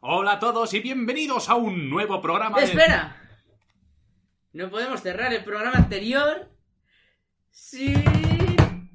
Hola a todos y bienvenidos a un nuevo programa. de- ¡Espera! No podemos cerrar el programa anterior sin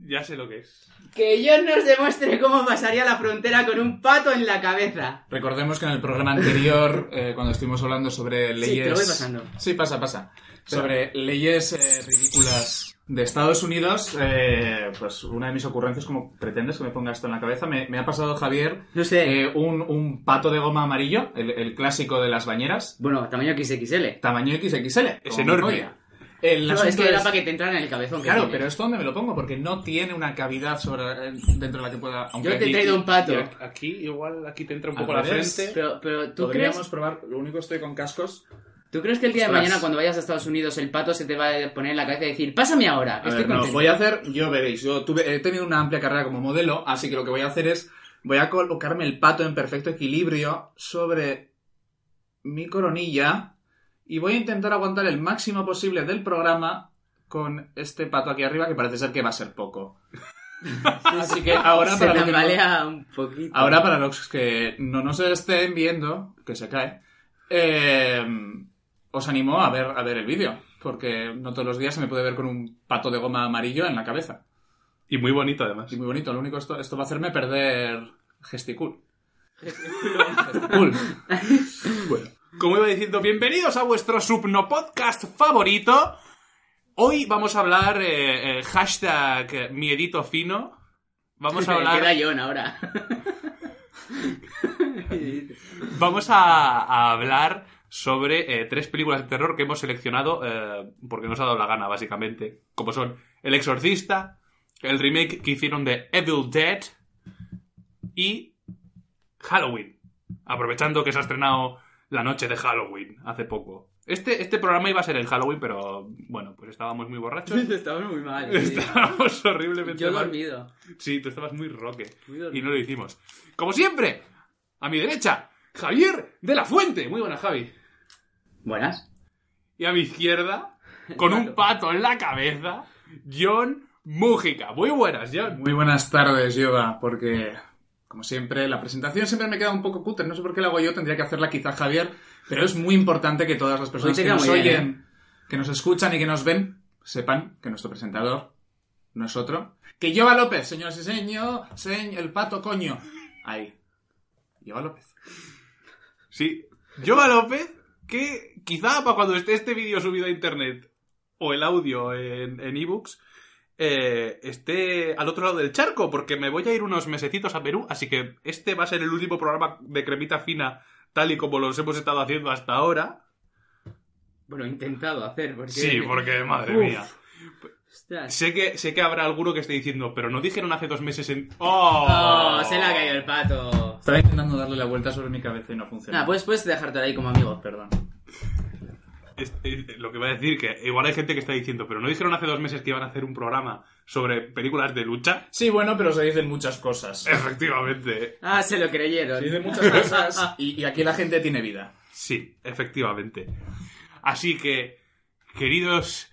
Ya sé lo que es. que John nos demuestre cómo pasaría la frontera con un pato en la cabeza. Recordemos que en el programa anterior, eh, cuando estuvimos hablando sobre Sí, te lo voy leyes... pasando. Sí, pasa, pasa. Sobre leyes eh, ridículas de Estados Unidos, eh, pues una de mis ocurrencias, como pretendes que me ponga esto en la cabeza, me, me ha pasado Javier No sé. eh, un, un pato de goma amarillo, el, el clásico de las bañeras, Bueno, tamaño XXL. tamaño XXL. como mi enorme. polla. El No, es asunto que era es- para que te entrara en el cabezón. que Claro, tienes. pero esto donde me lo pongo, porque no tiene una cavidad sobre, eh, dentro de la que pueda... aunque Yo te he aquí- traído un pato. Y a- aquí igual, aquí te entra un Al poco la revés. frente. Pero, pero ¿tú, Podríamos crees, probar, lo único estoy con cascos, ¿tú crees que el día Ostras. de mañana cuando vayas a Estados Unidos el pato se te va a poner en la cabeza y decir, pásame ahora? A Estoy ver, no, contento"? voy a hacer, yo veréis, yo tuve, he tenido una amplia carrera como modelo, así que lo que voy a hacer es, voy a colocarme el pato en perfecto equilibrio sobre mi coronilla y voy a intentar aguantar el máximo posible del programa con este pato aquí arriba que parece ser que va a ser poco. así que ahora se para, lo que no- tambalea un poquito. ahora para los que no nos estén viendo, que se cae, eh, os animo a ver, a ver el vídeo. Porque no todos los días se me puede ver con un pato de goma amarillo en la cabeza. Y muy bonito además. Sí, muy bonito. Lo único, esto, esto va a hacerme perder gesticul. bueno. Como iba diciendo, bienvenidos a vuestro subno podcast favorito. Hoy vamos a hablar eh, eh, hashtag eh, miedito fino. Vamos a hablar, Queda John ahora. vamos a, a hablar sobre eh, tres películas de terror que hemos seleccionado eh, porque nos ha dado la gana, básicamente. Como son El Exorcista, el remake que hicieron de Evil Dead y Halloween. Aprovechando que se ha estrenado la noche de Halloween hace poco. Este, este programa iba a ser el Halloween, pero bueno, pues estábamos muy borrachos. Estamos muy mal. sí. estábamos horriblemente Yo he mal. dormido. Sí, tú estabas muy roque. Muy dormido. Y no lo hicimos. Como siempre, a mi derecha, Javier de la Fuente. Muy buena, Javi. Buenas. Y a mi izquierda, con un pato en la cabeza, John Mújica. Muy buenas, John. Muy buenas tardes, Yoga, porque, como siempre, la presentación siempre me queda un poco cutre. No sé por qué la hago yo, tendría que hacerla quizá Javier, pero es muy importante que todas las personas Hoy te que queda nos muy bien, ¿eh? oyen, que nos escuchan y que nos ven, sepan que nuestro presentador no es otro. Que Yoga López, señor y señor, señ- el pato coño. Ahí. Yoga López. Sí. Jova López, que quizá para cuando esté este vídeo subido a internet o el audio en en ebooks, eh, esté al otro lado del charco, porque me voy a ir unos mesecitos a Perú, así que este va a ser el último programa de cremita fina, tal y como los hemos estado haciendo hasta ahora. Bueno, he intentado hacer porque... Sí, porque madre Uf. mía. Ostras. Sé que, sé que habrá alguno que esté diciendo, pero no dijeron hace dos meses en. Oh, ¡Oh! se le ha caído el pato. Estaba intentando darle la vuelta sobre mi cabeza y no funciona. Nada, puedes, puedes dejártelo ahí como amigo. Perdón. Es- es- Lo que va a decir que igual hay gente que está diciendo, pero no dijeron hace dos meses que iban a hacer un programa sobre películas de lucha. Sí, bueno, pero se dicen muchas cosas. Efectivamente. Ah, se lo creyeron. Se dicen muchas cosas y, y aquí la gente tiene vida. Sí, efectivamente. Así que, queridos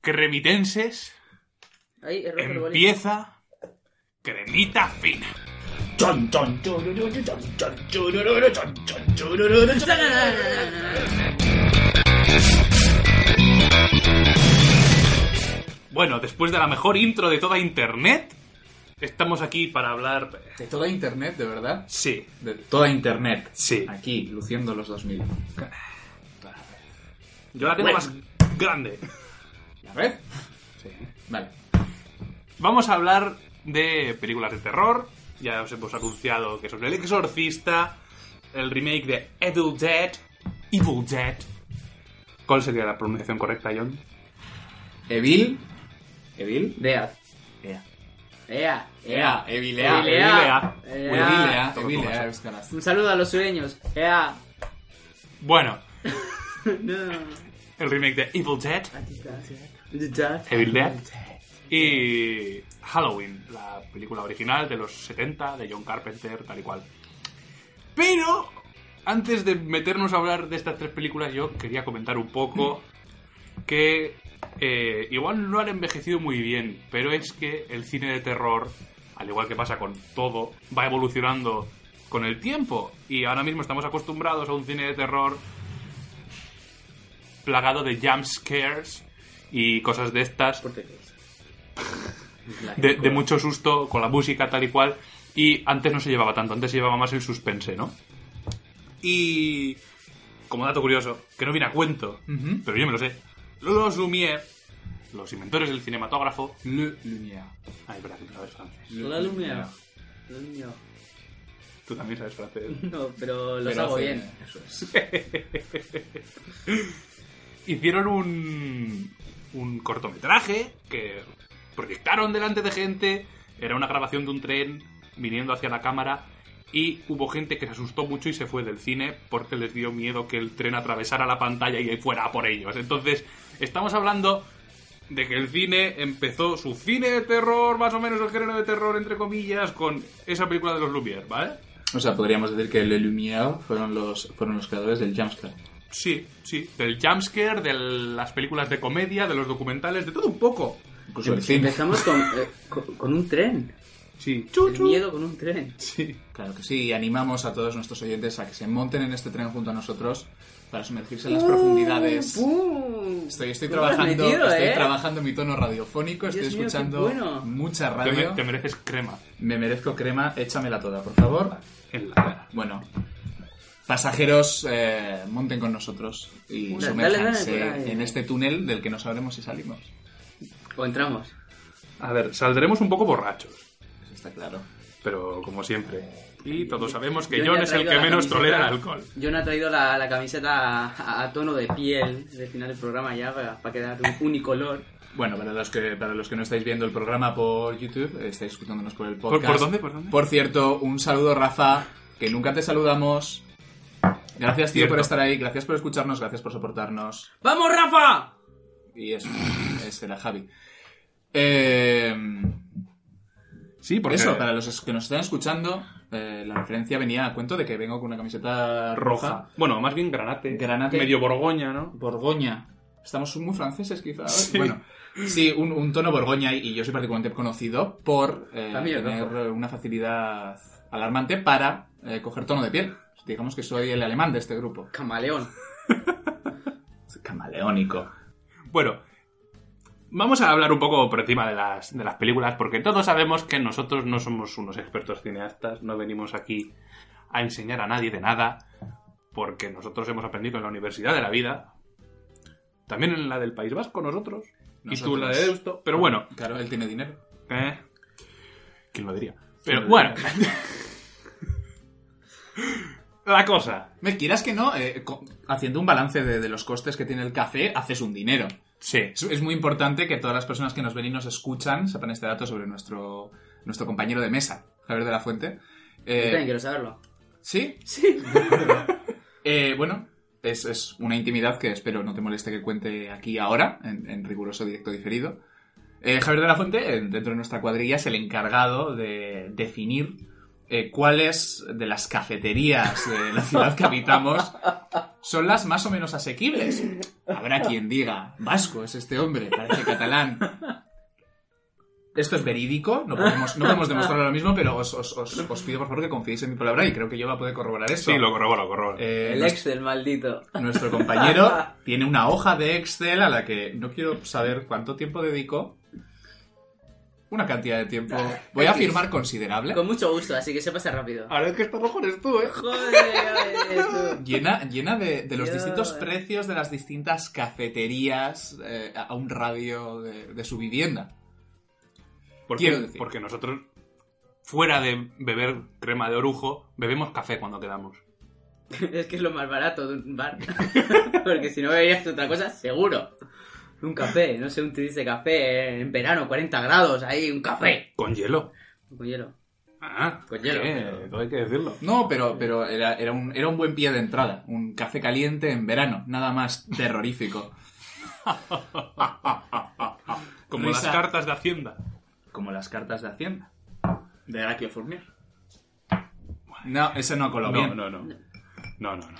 cremitenses, Ahí, he roto el boli. empieza Cremita Fina. Chon, chon, chururu, chon, chon, chururu, chon, chon, chururu, chon. Bueno, después de la mejor intro de toda Internet, estamos aquí para hablar... eh, De toda internet, de verdad. Sí, De toda internet. Sí. Aquí, luciendo los 2000. yo la tengo Bueno. más grande. ¿La red? Sí. Vale. Vamos a hablar de películas de terror. Ya os hemos anunciado que son El Exorcista, el remake de Evil Dead. Evil Dead. ¿Cuál sería la pronunciación correcta, John? Evil. Evil. Dea. Ea. Ea. Ea. Evilea. Evilea. Evilea. Evilea. Ea. Todo Evilea. como euskaraz. Un saludo a los sureños. Ea. Bueno, No. el remake de Evil Dead, Aquí está. Ya. Evil Dead y Halloween, la película original de los 70 de John Carpenter, tal y cual. Pero antes de meternos a hablar de estas tres películas, yo quería comentar un poco que eh, igual no han envejecido muy bien, pero es que el cine de terror, al igual que pasa con todo, va evolucionando con el tiempo. Y ahora mismo estamos acostumbrados a un cine de terror plagado de jump scares y cosas de estas, ¿Por qué crees? de, de mucho susto con la música tal y cual. Y antes no se llevaba tanto, antes se llevaba más el suspense, ¿no? Y como dato curioso, que no viene a cuento, Ujú. pero yo me lo sé. Los Lumière, los inventores del cinematógrafo. Le Lumière. Ay, verdad que no sabes francés. La lumia. La lumia. Tú también sabes francés. No, pero Pues los Pero hago hace- bien. eso es. Hicieron un, un cortometraje que proyectaron delante de gente. Era una grabación de un tren viniendo hacia la cámara. Y hubo gente que se asustó mucho y se fue del cine porque les dio miedo que el tren atravesara la pantalla y fuera a por ellos. Entonces, estamos hablando de que el cine empezó su cine de terror, más o menos el género de terror, entre comillas, con esa película de los Lumière, ¿vale? O sea, podríamos decir que Le Lumière fueron los, fueron los creadores del jumpscare. Sí, sí, del jumpscare, de las películas de comedia, de los documentales, de todo un poco. Incluso el cine. Empezamos con, eh, con, con un tren. Sí, El miedo con un tren. Sí. Claro que sí, y animamos a todos nuestros oyentes a que se monten en este tren junto a nosotros para sumergirse en Uh, las profundidades. ¡Pum! Estoy, estoy Lo has trabajando, metido, estoy uh. ¿eh? trabajando mi tono radiofónico, estoy Dios mío, qué escuchando bueno. mucha Te, me- radio. te mereces crema Me merezco crema, échamela toda, por favor. en la cara. Bueno, pasajeros, eh, monten con nosotros y Dale, sumérjanse dale, dale. en este túnel del que no sabremos si salimos. O entramos. A ver, saldremos un poco borrachos, Eso está claro. pero como siempre. Y todos sabemos que Yo ya John he es el traído que la menos camiseta. tolera el alcohol. John ha traído la, la camiseta a, a tono de piel del final del programa ya para, para quedar un unicolor. Bueno, para los, que, para los que no estáis viendo el programa por YouTube, eh, estáis escuchándonos por el ¿Por, podcast. por dónde? ¿Por dónde? Por cierto, un saludo, Rafa, que nunca te saludamos. Gracias, tío, Cierto. por estar ahí. Gracias por escucharnos. Gracias por soportarnos. ¡Vamos, Rafa! Y eso, ese era Javi. Eh, Sí, por porque eso, para los que nos están escuchando, eh, la referencia venía a cuento de que vengo con una camiseta roja. roja. Bueno, más bien granate. Granate. Medio borgoña, ¿no? Borgoña. Estamos muy franceses, quizás. Sí. Bueno, sí, un, un tono borgoña. Y yo soy particularmente conocido por eh, También, tener rojo. eh, una facilidad alarmante para eh, coger tono de piel. Digamos que soy el alemán de este grupo. Camaleón. Eh, Camaleónico. Bueno, vamos a hablar un poco por encima de las, de las películas, porque todos sabemos que nosotros no somos unos expertos cineastas, no venimos aquí a enseñar a nadie de nada, porque nosotros hemos aprendido en la Universidad de la Vida, también en la del País Vasco nosotros, y tú en la de Nosotros. Deusto, pero bueno, Claro, él tiene dinero. ¿eh? ¿quién lo diría? Pero lo bueno, la cosa, Me quieras que no, eh, co- haciendo un balance de, de los costes que tiene el café, haces un dinero. sí, Es, es muy importante que todas las personas que nos ven y nos escuchan sepan este dato sobre nuestro, nuestro compañero de mesa, Javier de la Fuente. Yo Eh, también quiero saberlo. sí, Sí. eh, bueno, es, es una intimidad que espero no te moleste que cuente aquí ahora, en, en riguroso directo diferido. Eh, Javier de la Fuente, eh, dentro de nuestra cuadrilla, es el encargado de definir eh, cuáles de las cafeterías de la ciudad que habitamos son las más o menos asequibles. Habrá quien diga, vasco es este hombre, parece catalán. Esto es verídico, no podemos, no podemos demostrarlo ahora mismo, pero os, os- os- os pido por favor que confiéis en mi palabra y creo que yo voy a poder corroborar esto. sí, lo corroboro, lo corroboro. Eh, El nuestro- Excel, maldito. nuestro compañero tiene una hoja de Excel a la que no quiero saber cuánto tiempo dedicó. Una cantidad de tiempo. Ah, Voy a afirmar considerable. Con mucho gusto, así que se pasa Ah. rápido. Ahora es que está rojo eres tú, ¿eh? Joder, joder, tú. Llena, llena de, de los Dios. distintos precios de las distintas cafeterías eh, a un radio de, de su vivienda. Quiero Porque, decir. porque nosotros, fuera de beber crema de orujo, bebemos café cuando quedamos. Es que es lo más barato de un bar. Porque si no beberías otra cosa, seguro. Un café, no sé, un tris de café en verano, 40 grados, ahí, un café. Con hielo. Con hielo. Ah, Con hielo. eh, todo hay que decirlo. No, pero, pero era, era, un, era un buen pie de entrada. Un café caliente en verano. Nada más terrorífico. Como Risa. las cartas de Hacienda. Como las cartas de Hacienda. De Heraclio Fournier. No, ese no coló bien. No, no, no. No, no, no.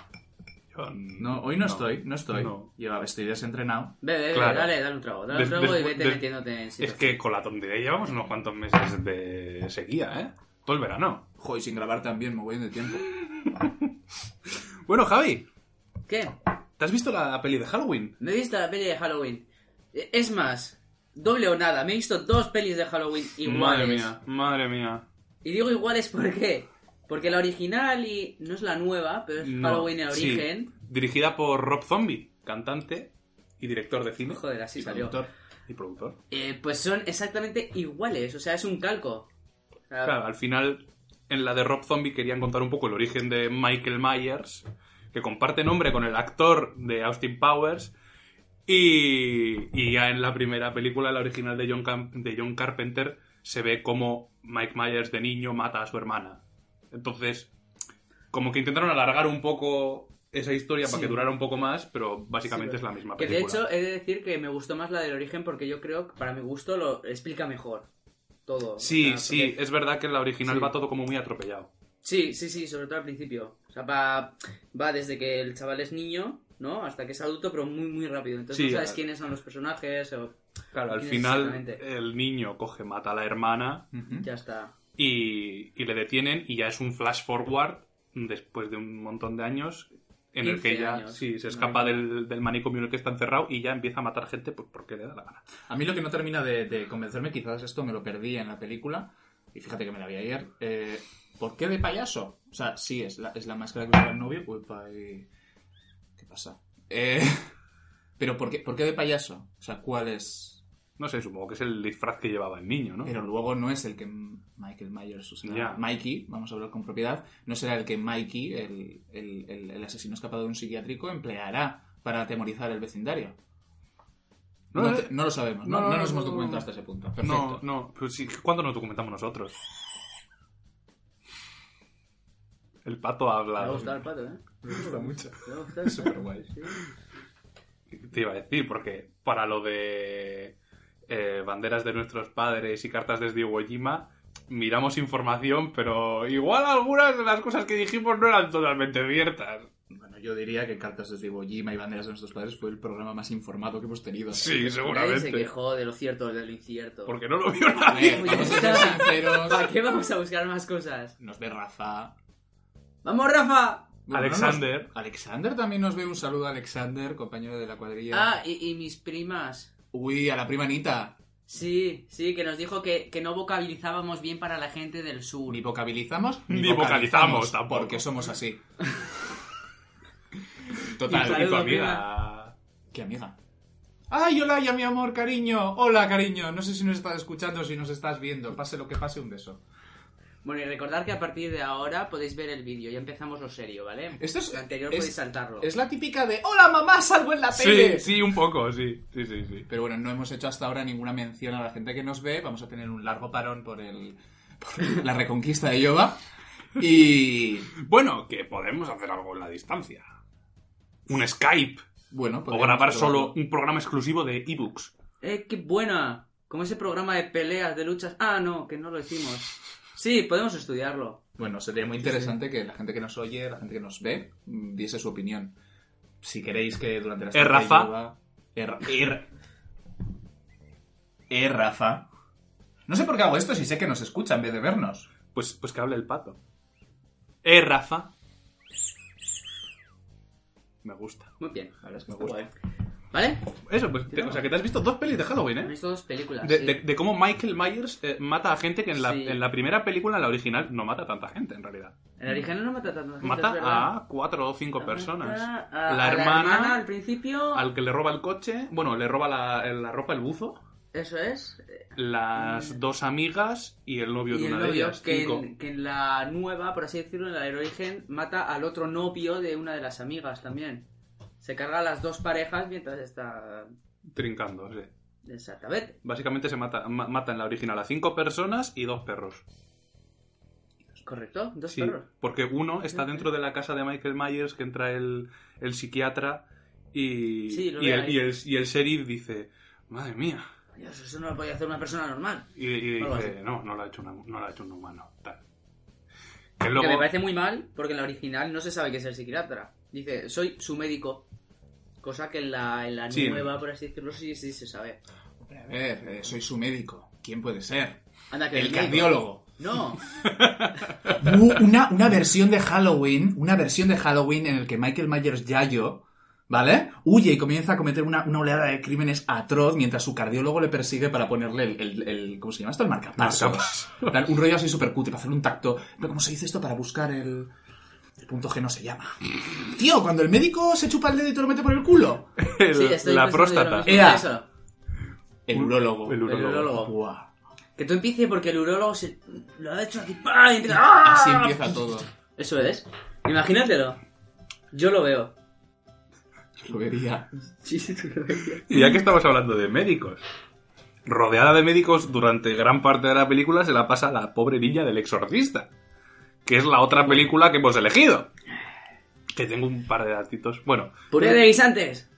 Yo No, hoy no, estoy, no estoy. No. Lleva, estoy desentrenado. Bebe, bebe, Claro. dale, dale un trago, dale Des- un trago y despu- vete des- metiéndote en Es situación. que con la tontería llevamos unos cuantos meses de sequía, ¿eh? Todo el verano. Joder, sin grabar también, me voy de tiempo. Bueno, Javi, ¿Qué? ¿te has visto la peli de Halloween? Me he visto la peli de Halloween. Eh, Es más, doble o nada. Me he visto dos pelis de Halloween iguales. Madre mía, madre mía. Y digo iguales ¿por qué? Porque la original y no es la nueva, pero es No, Halloween en sí. origen. Dirigida por Rob Zombie, cantante y director de cine. Joder, así y salió. Productor, y productor. Eh, pues son exactamente iguales. O sea, es un calco. O sea, Claro, al final, en la de Rob Zombie querían contar un poco el origen de Michael Myers, que comparte nombre con el actor de Austin Powers. Y, y ya en la primera película, la original de John, Cam- de John Carpenter, se ve como Mike Myers de niño mata a su hermana. Entonces, como que intentaron alargar un poco esa historia para Sí. que durara un poco más, pero básicamente Sí, es la misma Que película. de hecho he de decir que me gustó más la del origen porque yo creo que para mi gusto lo explica mejor todo. O sí, sea, sí, porque- es verdad que en la original Sí. va todo como muy atropellado. Sí, sí, sí, sobre todo al principio. O sea, va, va desde que el chaval es niño, ¿no? Hasta que es adulto, pero muy, muy rápido. Entonces Sí, no sabes al- quiénes son los personajes o... Claro, al Sí, final exactamente. el niño coge, mata a la hermana Ya está. y, y le detienen y ya es un flash forward después de un montón de años en el 15 que ya años. sí, se escapa del, del manicomio en el que está encerrado y ya empieza a matar gente pues, porque le da la gana. A mí lo que no termina de, de convencerme, quizás esto me lo perdí en la película, y fíjate que me la vi ayer, eh, ¿por qué de payaso? O sea, sí, es la, es la máscara que usa el novio, uepa, y- ¿qué pasa? Eh, pero ¿por qué, ¿por qué de payaso? O sea, ¿cuál es? No sé, supongo que es el disfraz que llevaba el niño, ¿no? Pero luego no es el que Michael Myers usará. Ya. Mikey, vamos a hablar con propiedad, no será el que Mikey, el, el- el- el asesino escapado de un psiquiátrico, empleará para atemorizar el vecindario. No, No, eh. te- no lo sabemos, No, no, no, no no, nos hemos no, documentado no. hasta ese punto. no, Perfecto. no, pero sí, ¿cuándo nos documentamos nosotros? El pato Me ha habla. gustado el pato, ¿eh? Me gusta mucho. Me ha gustado el pato. superguay. Sí. Te iba a decir, porque para lo de eh, banderas de nuestros padres y cartas desde Iwo Jima, miramos información, pero igual algunas de las cosas que dijimos no eran totalmente ciertas. Bueno, yo diría que Cartas desde Iwo Jima y Banderas de nuestros padres fue el programa más informado que hemos tenido. Sí, Nadie se seguramente. quejó de lo cierto o de lo incierto. Porque no lo vio A nadie. ver, vamos a ser sinceros. ¿Para qué vamos a buscar más cosas? Nos ve Rafa. ¡Vamos, Rafa! Bueno, Alexander. no nos- Alexander también nos ve. Un saludo a Alexander, compañero de la cuadrilla. Ah, y- y mis primas. Uy, a la prima Anita. Sí, sí, que nos dijo que, que no vocalizábamos bien para la gente del sur. Ni vocabilizamos, Ni vocalizamos tampoco. Porque somos así. Y Y Total. tu saludo, amiga. ¿Qué amiga? ¡Ay, hola, ya mi amor, cariño! Hola, cariño. No sé si nos estás escuchando o si nos estás viendo. Pase lo que pase, un beso. Bueno, y recordad que a partir de ahora podéis ver el vídeo, ya empezamos lo serio, ¿vale? Esto es- Lo anterior es- podéis saltarlo. Es la típica de ¡Hola, mamá, salgo en la Sí, tele! sí, un poco, sí. Sí, sí, sí. Pero bueno, no hemos hecho hasta ahora ninguna mención a la gente que nos ve. Vamos a tener un largo parón por, el, por la reconquista de Yoba. Y Bueno, que podemos hacer algo en la distancia. Un Skype. bueno, O podemos grabar probarlo. solo un programa exclusivo de ebooks. ¡Eh, qué buena! Como ese programa de peleas, de luchas... Ah, no, que no lo hicimos. Sí, podemos estudiarlo. Bueno, sería muy interesante que la gente que nos oye, la gente que nos ve, mm, diese su opinión. Si queréis que durante la Eh, Rafa. de Yoba- Eh, Ra- eh, Rafa. No sé por qué hago esto si sé que nos escucha en vez de vernos. Pues, pues que hable el pato. Eh, Rafa. Me gusta. Muy bien. La verdad es que Me está gusta. guay. ¿Vale? Eso, pues, te- o sea, que te has visto dos pelis de Halloween, Han ¿eh? visto dos películas. De, sí. de- de cómo Michael Myers eh, mata a gente que en la, Sí. en la primera película, en la original, no mata a tanta gente, en realidad. En origen no mata tanto. Mata a cuatro o cinco personas. A, La a hermana- al principio. Al que le roba el coche, bueno, le roba la, la ropa el buzo, Eso es. las dos amigas y el novio Mm. Y de el una de novio, ellas. que cinco. en, que en la nueva, por así decirlo, en la del origen, mata al otro novio de una de las amigas también. Se carga a las dos parejas mientras está. Trincando, sí. Exactamente. Básicamente se mata, ma- mata en la original a cinco personas y dos perros. ¿Correcto? Dos Sí, perros. porque uno está Ujú. dentro de la casa de Michael Myers, que entra el, el psiquiatra y, Sí, lo y, veo el, ahí. y, el, y el sheriff dice, madre mía. Dios, eso no lo podía hacer una persona normal. Y, y Algo dice, así. no, no lo ha hecho, una- no lo ha hecho un humano. tal. Que Que luego, me parece muy mal, porque en la original no se sabe que es el psiquiatra. Dice, soy su médico. Cosa que en la, en la Sí. nueva, por así decirlo, sí, sí se sabe. Hombre, a ver, eh, soy su médico. ¿Quién puede ser? Anda, que El médico- cardiólogo. No, Hubo una, una versión de Halloween, una versión de Halloween en el que Michael Myers Yayo, ¿vale? Huye y comienza a cometer una, una oleada de crímenes atroz mientras su cardiólogo le persigue para ponerle el, el- el- ¿cómo se llama esto? El marcapasos. En plan, un rollo así súper cutre, para hacer un tacto. Pero ¿cómo se dice esto? Para buscar el... El punto G no se llama. Tío, cuando el médico se chupa el dedo y te lo mete por el culo. sí, estoy la pensando próstata. yo lo mismo Ea. que eso. El urólogo. El El urólogo. urólogo. Buah. Que tú empieces porque el urólogo se... lo ha hecho aquí. ¡pah! Y empieza- ¡ah! Así empieza todo. Eso es. Imagínatelo. Yo lo veo. Lo vería. Y ya que estamos hablando de médicos, rodeada de médicos durante gran parte de la película se la pasa la pobre niña del exorcista, que es la otra película que hemos elegido. Que tengo un par de datitos. Bueno, Puré de guisantes.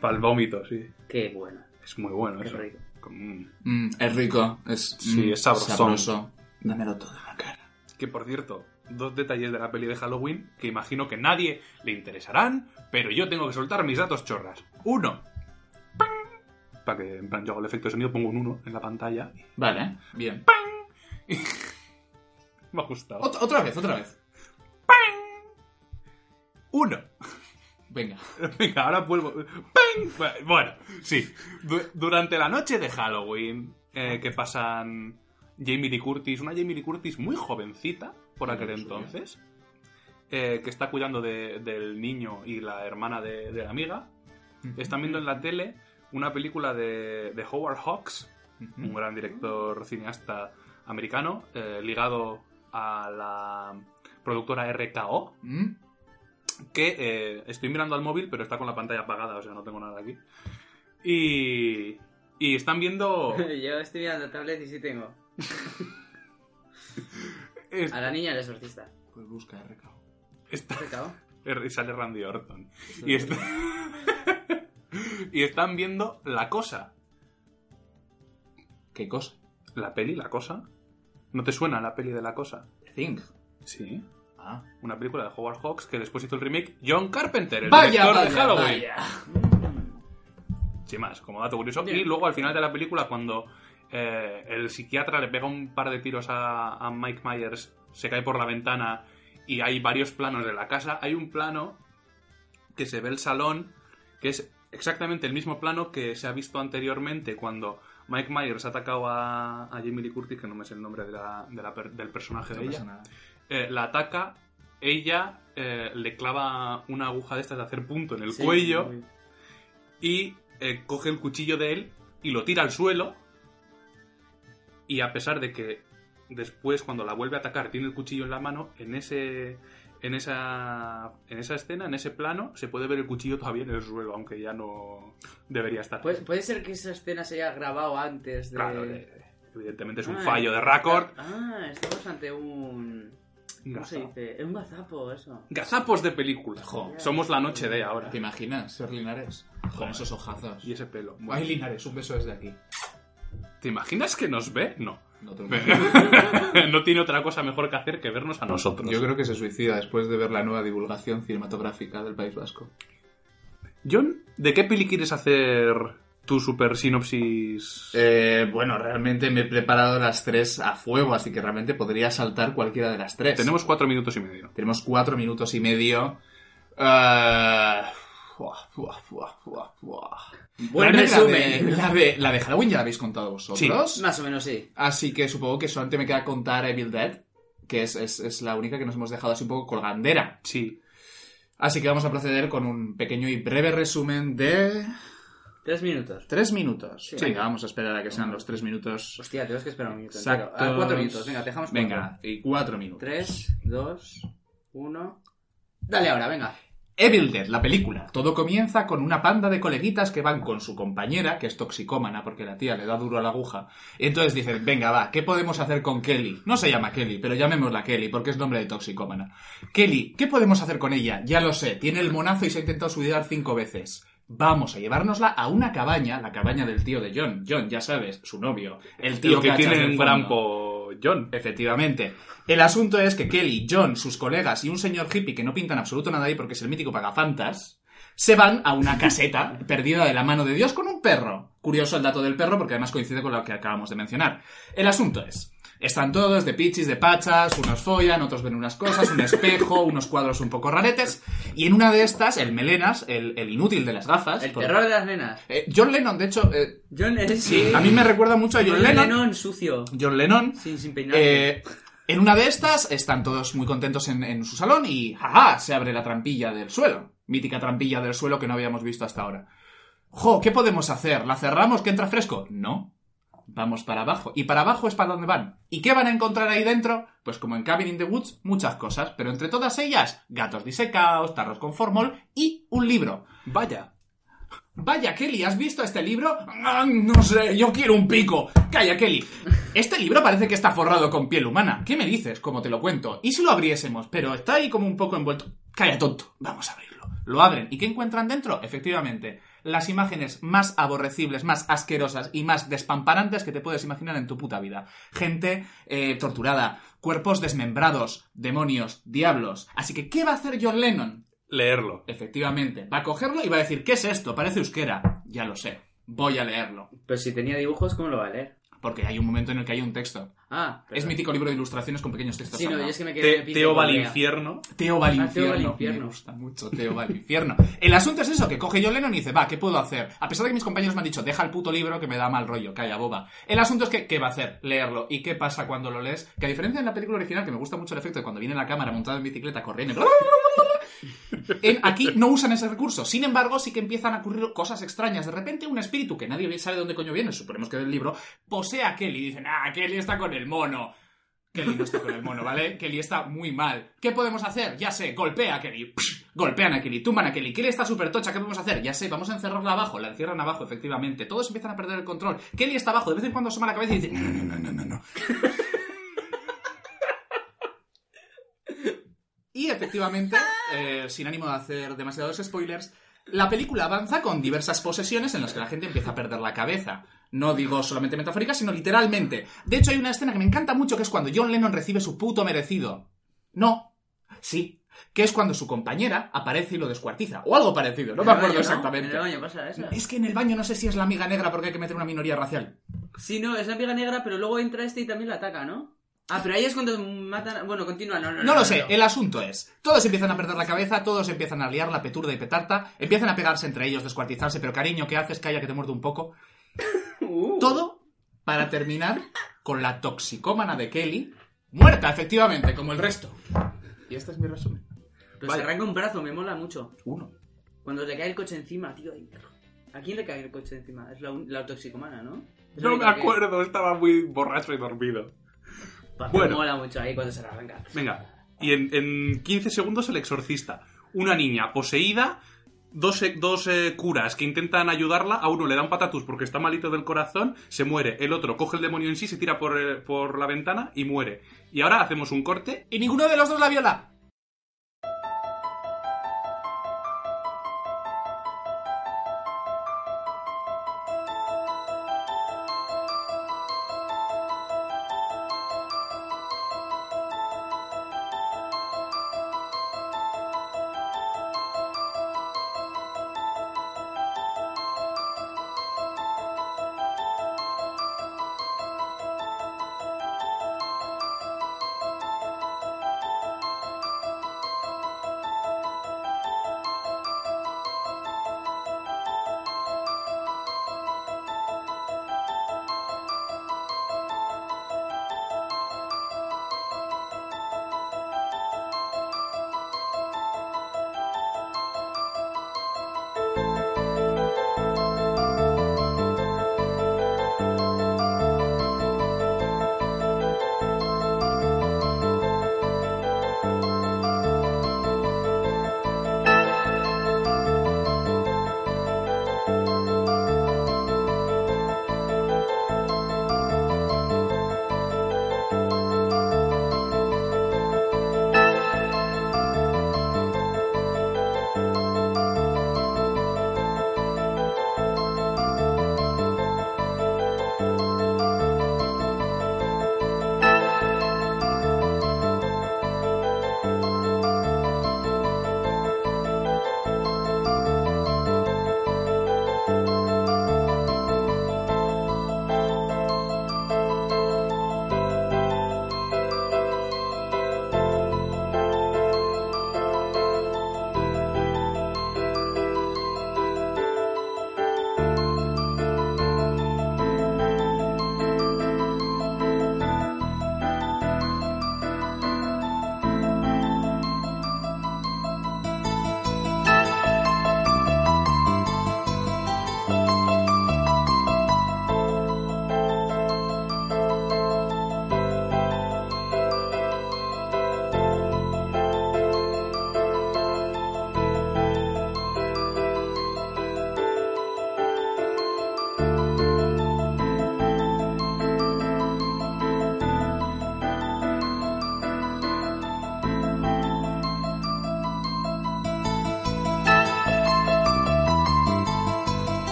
para el vómito, sí. Qué bueno. Es muy bueno Qué eso. rico. Mm. Mm, es rico. Es, Sí, mm, es sabrosón. sabroso. Dámelo todo en la cara. Que por cierto, dos detalles de la peli de Halloween que imagino que nadie le interesarán, pero yo tengo que soltar mis datos chorras. Uno. Para que en plan yo hago el efecto de sonido, pongo un uno en la pantalla. Vale, bien. Me ha gustado. Ot- otra vez, otra vez. Uno. Venga. Venga, ahora vuelvo. ¡Ping! Bueno, sí. Du- durante la noche de Halloween, eh, que pasan Jamie Lee Curtis, una Jamie Lee Curtis muy jovencita por Sí, aquel sí. entonces, eh, que está cuidando de- del niño y la hermana de, de la amiga, están viendo en la tele una película de, de Howard Hawks, Mm, un gran director cineasta americano, eh, ligado a la productora RKO, Mm, que eh, estoy mirando al móvil, pero está con la pantalla apagada, o sea, no tengo nada aquí. Y, y están viendo... Yo estoy mirando tablet y sí tengo. es- A la niña el exorcista. Pues busca RKO. está- ¿Te cago? y sale Randy Orton. Y, este- está- y están viendo La Cosa. ¿Qué cosa? ¿La peli La Cosa? ¿No te suena la peli de La Cosa? Think. Sí. Ah. Una película de Howard Hawks que después hizo el remake John Carpenter, el Vaya, director de vaya, Halloween. vaya. Sin más, como dato curioso. Bien. Y luego al final de la película, cuando eh, el psiquiatra le pega un par de tiros a, a Mike Myers, se cae por la ventana y hay varios planos de la casa, hay un plano que se ve el salón, que es exactamente el mismo plano que se ha visto anteriormente cuando Mike Myers ha atacado a, a Jamie Lee Curtis, que no me es el nombre de la- de la per- del personaje No de pasa ella nada. eh, la ataca, ella eh, le clava una aguja de estas de hacer punto en el Sí, cuello muy- y eh, coge el cuchillo de él y lo tira al suelo. Y a pesar de que después, cuando la vuelve a atacar, tiene el cuchillo en la mano, en ese. En esa, en esa escena, en ese plano, se puede ver el cuchillo todavía en el suelo, aunque ya no debería estar. Puede, puede ser que esa escena se haya grabado antes de. claro, eh, evidentemente es un Ah, fallo de Raccord. Ah, estamos ante un. ¿Cómo se dice? Es un gazapo, eso. Gazapos de película. Jo. Somos la noche de ahora. ¿Te imaginas ser Linares? Con esos ojazos. Y ese pelo. Ay, Linares, un beso desde aquí. ¿Te imaginas que nos ve? No. No te lo no tiene otra cosa mejor que hacer que vernos a nosotros. Yo creo que se suicida después de ver la nueva divulgación cinematográfica del País Vasco. John, ¿de qué peli quieres hacer tu super sinopsis? Eh, bueno, realmente me he preparado las tres a fuego, así que realmente podría saltar cualquiera de las tres. Tenemos cuatro minutos y medio. Tenemos cuatro minutos y medio. Eh, fua, fua, fua, fua, fua. Buen Realmente la resumen. de- La de, la de Halloween ya la habéis contado vosotros. Más o menos sí. Así que supongo que solamente me queda contar Evil Dead, que es, es- es la única que nos hemos dejado así un poco colgandera. Sí. Así que vamos a proceder con un pequeño y breve resumen de... Tres minutos. Tres minutos. Sí. Venga, vamos a esperar a que sean los tres minutos Hostia, tenemos que esperar un minuto. entero. exactos. Ah, cuatro minutos, venga, te dejamos cuatro. Venga, y cuatro minutos. Tres, dos, uno. Dale ahora, venga. Evil Dead, la película. Todo comienza con una panda de coleguitas que van con su compañera, que es toxicómana porque la tía le da duro a la aguja. Y entonces dicen, venga, va, ¿qué podemos hacer con Kelly? No se llama Kelly, pero llamémosla Kelly porque es nombre de toxicómana. Kelly, ¿qué podemos hacer con ella? Ya lo sé, tiene el monazo y se ha intentado suicidar cinco veces. Vamos a llevárnosla a una cabaña, la cabaña del tío de John. John, ya sabes, su novio. El tío Lo que cachas tiene del en fondo. grampo John. Efectivamente. El asunto es que Kelly, John, sus colegas y un señor hippie que no pintan absoluto nada ahí porque es el mítico pagafantas, se van a una caseta perdida de la mano de Dios con un perro. Curioso el dato del perro porque además coincide con lo que acabamos de mencionar. El asunto es, Están todos de pichis, de pachas, unos follan, otros ven unas cosas, un espejo, unos cuadros un poco raretes. Y en una de estas, el melenas, el, el inútil de las gafas. El por- terror de las nenas. Eh, John Lennon, de hecho, eh, John es... sí, a mí me recuerda mucho a John John Lennon. Lennon sucio. John Lennon. Sin, sin peinar. Eh, en una de estas están todos muy contentos en, en su salón y ¡jaja! se abre la trampilla del suelo. Mítica trampilla del suelo que no habíamos visto hasta ahora. ¡Jo! ¿Qué podemos hacer? ¿La cerramos que entra fresco? No. Vamos para abajo. ¿Y para abajo es para dónde van? ¿Y qué van a encontrar ahí dentro? Pues como en Cabin in the Woods, muchas cosas, pero entre todas ellas, gatos disecados, tarros con formol y un libro. Vaya. Vaya, Kelly, ¿has visto este libro? Ah, No sé, yo quiero un pico. Calla, Kelly. Este libro parece que está forrado con piel humana. ¿Qué me dices? Como te lo cuento. ¿Y si lo abriésemos? Pero está ahí como un poco envuelto. Calla, tonto. Vamos a abrirlo. Lo abren. ¿Y qué encuentran dentro? Efectivamente, las imágenes más aborrecibles, más asquerosas y más despamparantes que te puedes imaginar en tu puta vida. Gente eh, torturada, cuerpos desmembrados, demonios, diablos. Así que, ¿qué va a hacer John Lennon? Leerlo. Efectivamente. Va a cogerlo y va a decir, ¿qué es esto? Parece euskera. Ya lo sé. Voy a leerlo. Pero si tenía dibujos, ¿cómo lo va a leer? Porque hay un momento en el que hay un texto. Ah, Es perdón. mítico libro de ilustraciones con pequeños textos. Sí, al no, lado. yo es que me quedé Te- en el Teo va al Pinto Correa. infierno. Teo va al Ah, Teo va al infierno. infierno. Me gusta mucho Teo va al infierno. El asunto es eso, que coge yo Lennon y dice, va, ¿qué puedo hacer? A pesar de que mis compañeros me han dicho, deja el puto libro que me da mal rollo, calla boba. El asunto es que, ¿qué va a hacer? Leerlo. ¿Y qué pasa cuando lo lees? Que a diferencia de la película original, que me gusta mucho el efecto de cuando viene la cámara montada en bicicleta corriendo... En- aquí no usan ese recurso. Sin embargo, sí que empiezan a ocurrir cosas extrañas. De repente, un espíritu que nadie sabe de dónde coño viene, suponemos que del libro, posee a Kelly y dicen, ah, Kelly está con el mono. Kelly no está con el mono, ¿vale? Kelly está muy mal. ¿Qué podemos hacer? Ya sé, golpea a Kelly. Golpean a Kelly, tumban a Kelly. Kelly está súper tocha, ¿qué podemos hacer? Ya sé, vamos a encerrarla abajo. La encierran abajo, efectivamente. Todos empiezan a perder el control. Kelly está abajo, de vez en cuando asoma la cabeza y dice, no, no, no, no, no, no. Y efectivamente, eh, sin ánimo de hacer demasiados spoilers, la película avanza con diversas posesiones en las que la gente empieza a perder la cabeza. No digo solamente metafórica, sino literalmente. De hecho, hay una escena que me encanta mucho que es cuando John Lennon recibe su puto merecido. No. Sí. Que es cuando su compañera aparece y lo descuartiza. O algo parecido, no me En el acuerdo baño, exactamente. En el baño pasa esa. Es que en el baño no sé si es la amiga negra porque hay que meter una minoría racial. Sí, no, es la amiga negra, pero luego entra este y también la ataca, ¿no? Ah, pero ahí es cuando matan... Bueno, continúa, no, no. No lo sé, el asunto es, todos empiezan a perder la cabeza, todos empiezan a liar la peturda y petarta, empiezan a pegarse entre ellos, descuartizarse, pero cariño, ¿qué haces? Calla que te muerdo un poco. Uh. Todo para terminar con la toxicómana de Kelly, muerta efectivamente, como el resto. Y este es mi resumen. Pero Vale. se arranca un brazo, me mola mucho. Uno. Cuando le cae el coche encima, tío. ahí. ¿A quién le cae el coche encima? Es la, un- la toxicomana, ¿no? Es la No me única que- acuerdo, estaba muy borracho y dormido. Pa- Bueno. Me mola mucho ahí cuando se la arranca. Venga, y en, en 15 segundos el exorcista. Una niña poseída, dos, eh, dos, eh, curas que intentan ayudarla, a uno le dan patatus porque está malito del corazón, se muere, el otro coge el demonio en sí, se tira por, eh, por la ventana y muere. Y ahora hacemos un corte. Y ninguno de los dos la viola.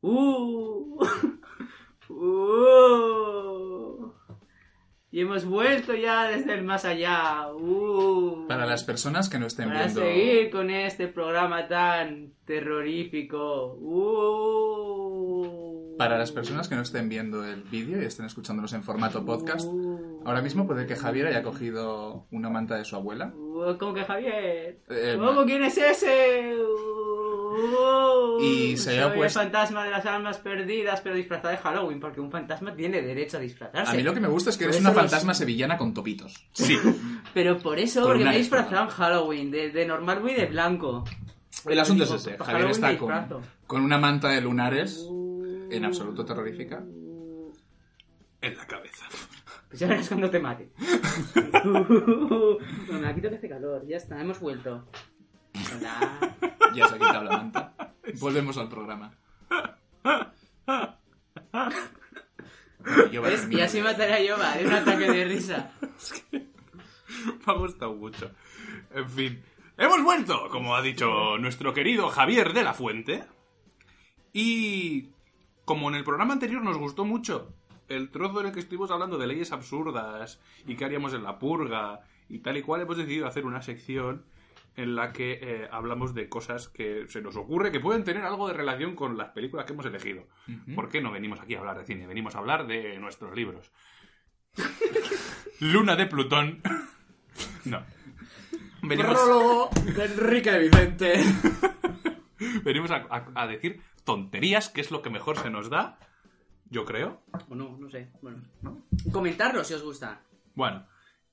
¡Uh! ¡Uh! Y hemos vuelto ya desde el más allá. ¡Uh! Para las personas que no estén Para viendo. seguir con este programa tan terrorífico. ¡Uh! Para las personas que no estén viendo el vídeo y estén escuchándonos en formato podcast, ¡Uh! ahora mismo puede que Javier haya cogido una manta de su abuela. ¡Uh! ¿Cómo que Javier? Eh, ¿Cómo quién es ese? ¡Uh! Y se haya Soy puesto- el fantasma de las almas perdidas, pero disfrazado de Halloween, porque un fantasma tiene derecho a disfrazarse. a mí lo que me gusta es que Por eres eso una los- fantasma sevillana con topitos. Sí. Pero por eso, Con porque una me he espada. disfrazado en Halloween, de, de normal voy de blanco. El asunto es Digo, ese. para Javier Halloween está me con, disfrazo. con una manta de lunares en absoluto terrorífica. En la cabeza. Pues ya verás cuando te mate. bueno, aquí que hace calor, ya está, hemos vuelto. Hola. Ya se ha quitado la manta. Volvemos al programa. Bueno, yo voy a ¿Ves? Y terminar. así mataré a Yoba de un ataque de risa. Me ha gustado mucho. En fin. Hemos vuelto, como ha dicho nuestro querido Javier de la Fuente. Y como en el programa anterior nos gustó mucho el trozo en el que estuvimos hablando de leyes absurdas y qué haríamos en la purga y tal y cual, hemos decidido hacer una sección en la que eh, hablamos de cosas que se nos ocurre que pueden tener algo de relación con las películas que hemos elegido. Ujú. ¿Por qué no venimos aquí a hablar de cine? Venimos a hablar de nuestros libros. Luna de Plutón. no. Venimos, Prólogo de Enrique Vicente. venimos a, a- a decir tonterías, que es lo que mejor se nos da, yo creo. O no, no sé. Bueno. ¿No? Comentarlo si os gusta. Bueno,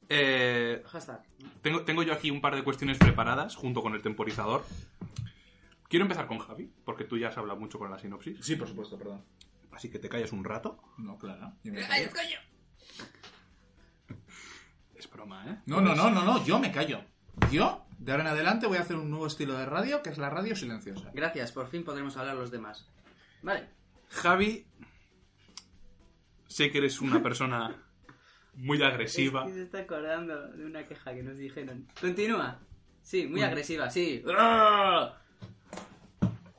eh, Hashtag. tengo, tengo yo aquí un par de cuestiones preparadas junto con el temporizador. Quiero empezar con Javi, porque tú ya has hablado mucho con la sinopsis, Sí, por supuesto, perdón. así que te callas un rato. No, claro. Yo me ¡Ay, callo. coño! Es broma, ¿eh? No, no, no, no, no, yo me callo. Yo, de ahora en adelante, voy a hacer un nuevo estilo de radio que es la radio silenciosa. Gracias, por fin podremos hablar los demás. Vale. Javi, sé que eres una persona muy agresiva. Es que se está acordando de una queja que nos dijeron. Continúa. Sí, muy agresiva, sí. ¡Ah!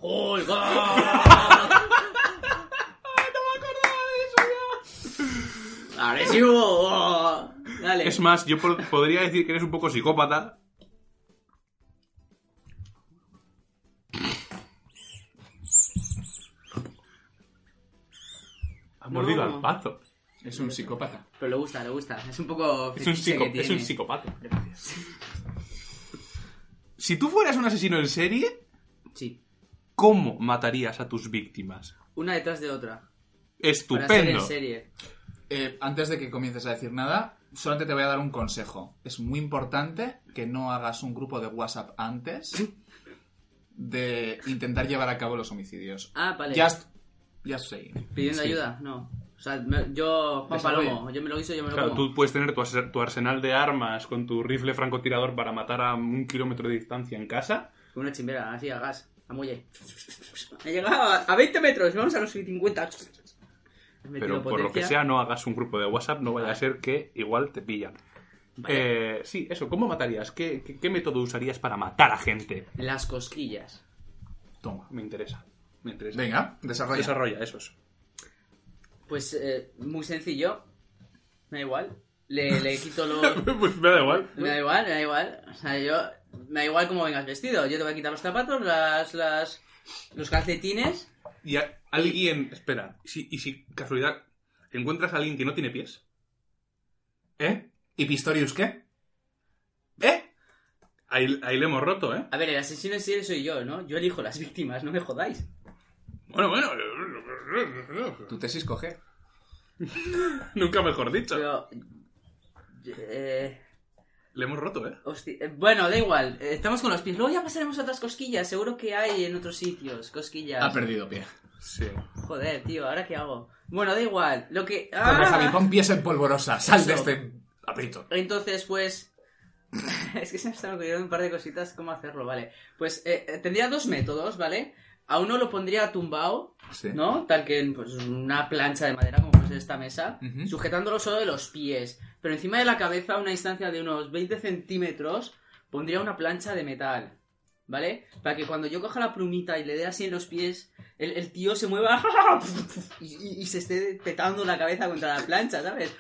¡Agresivo! Dale. Es más, yo po- podría decir que eres un poco psicópata. Ha mordido No. al pato. Es un psicópata. Pero le gusta, le gusta. Es un poco. Es un, fetiche psico- que es un tiene. psicopata. Si tú fueras un asesino en serie, Sí. ¿cómo matarías a tus víctimas? Una detrás de otra. Para ser en Estupendo. serie. Eh, antes de que comiences a decir nada, solamente te voy a dar un consejo. Es muy importante que no hagas un grupo de WhatsApp antes de intentar llevar a cabo los homicidios. Ah, vale. Just, just saying. Pidiendo Sí. ayuda, no. O sea, me- yo, Juan Desarrollo. Palomo, yo me lo guiso, yo me lo Claro, como. tú puedes tener tu, ase- tu arsenal de armas con tu rifle francotirador para matar a un kilómetro de distancia en casa. Con una chimbera, así, a gas, a muelle. He llegado a, a 20 metros, vamos a los 50. He metido Pero por lo que potencia. sea, no hagas un grupo de WhatsApp, no vaya a Vale. ser que igual te pillan. Eh, sí, eso, ¿cómo matarías? ¿Qué, qué, qué método usarías para matar a gente? Las cosquillas. Toma. Me interesa. Me interesa. Venga, desarrolla. Desarrolla esos. Pues eh, muy sencillo. Me da igual. Le, le quito los. pues me da igual. Me da igual, me da igual. O sea, yo. Me da igual cómo vengas vestido. Yo te voy a quitar los zapatos, las. las los calcetines. Y a- alguien. Espera, si- y si casualidad encuentras a alguien que no tiene pies. ¿Eh? ¿Y Pistorius qué? ¿Eh? Ahí, ahí le hemos roto, ¿eh? A ver, el asesino en serie soy yo, ¿no? Yo elijo las víctimas, no me jodáis. Bueno, bueno. eh, Tu tesis coge. Nunca mejor dicho. Pero. Eh, Le hemos roto, ¿eh? hosti- eh, Bueno, da igual, eh, estamos con los pies. Luego ya pasaremos a otras cosquillas, seguro que hay en otros sitios, cosquillas. Ha perdido pie. Sí. Joder, tío, ¿ahora qué hago? Bueno, da igual, lo que... Corre, ¡Ah! Javi, pon pies en polvorosa. Sal de Eso. este aprieto. Entonces, pues... es que se me están ocurriendo un par de cositas cómo hacerlo, ¿vale? Pues eh, eh, tendría dos métodos, ¿vale? A uno lo pondría tumbado, Sí. ¿no? Tal que en pues, una plancha de madera como fuese esta mesa, Ujú. sujetándolo solo de los pies. Pero encima de la cabeza, a una distancia de unos 20 centímetros, pondría una plancha de metal, ¿vale? Para que cuando yo coja la plumita y le dé así en los pies, el, el tío se mueva y, y- y se esté petando la cabeza contra la plancha, ¿sabes?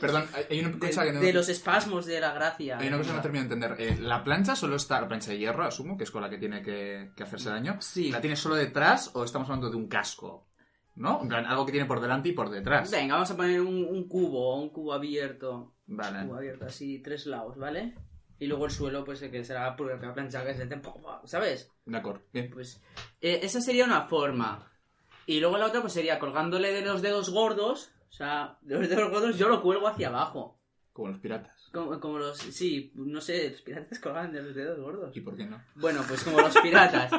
Perdón, hay- hay una cosa que De, no... de los espasmos de la gracia. Hay una cosa que no termino de entender. Eh, la plancha solo está, la plancha de hierro, asumo, que es con la que tiene que, que hacerse daño. Sí. ¿La tiene solo detrás o estamos hablando de un casco? ¿No? En plan, algo que tiene por delante y por detrás. Venga, vamos a poner un, un cubo, un cubo abierto. Un Vale. cubo abierto, así, tres lados, ¿vale? Y luego el suelo, pues el que será por la plancha que se te... ¿Sabes? De acuerdo. Bien. Pues eh, esa sería una forma. Y luego la otra pues sería colgándole de los dedos gordos. O sea, de los dedos gordos yo lo cuelgo hacia abajo. Como los piratas. Como, como los... Sí, no sé, los piratas colgaban de los dedos gordos. ¿Y por qué no? Bueno, pues como los piratas.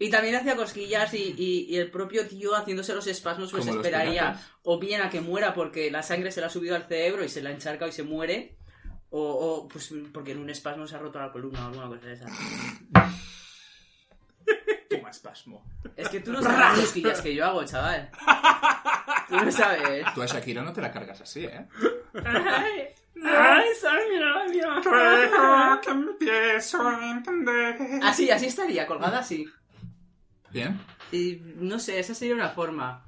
Y también hacía cosquillas y, y- y el propio tío haciéndose los espasmos pues Como los esperaría piratas. o bien a que muera porque la sangre se le ha subido al cerebro y se la encharca y se muere. O, o, pues porque en un espasmo se ha roto la columna o alguna cosa de esas. Toma espasmo. Es que tú no sabes las cosquillas que yo hago, chaval. Tú no sabes. Tú a Shakira no te la cargas así, ¿eh? Ay, Sara, mira, mira. que empiezo a entender. Así, así estaría, colgada así. Bien. Y no sé, esa sería una forma.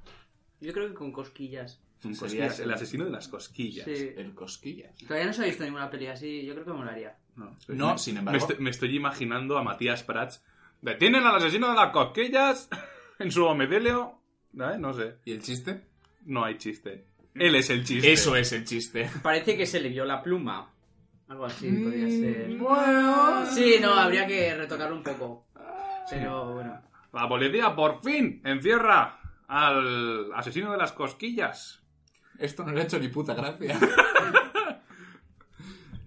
Yo creo que con cosquillas. Cosquillas, el asesino de las cosquillas. Sí. El cosquillas. Todavía no se ha visto ninguna peli así, yo creo que molaría. No, No, sin me, embargo. estoy, me estoy imaginando a Matías Prats. Detienen al asesino de las cosquillas en su homedelio. ¿Eh? No sé. ¿Y el chiste? No hay chiste. Él es el chiste. es el chiste. Parece que se le vio la pluma. Algo así, podría Mm. ser. Bueno. Sí, no, habría que retocarlo un poco. Pero bueno. La policía por fin encierra al asesino de las cosquillas. Esto no le ha hecho ni puta gracia.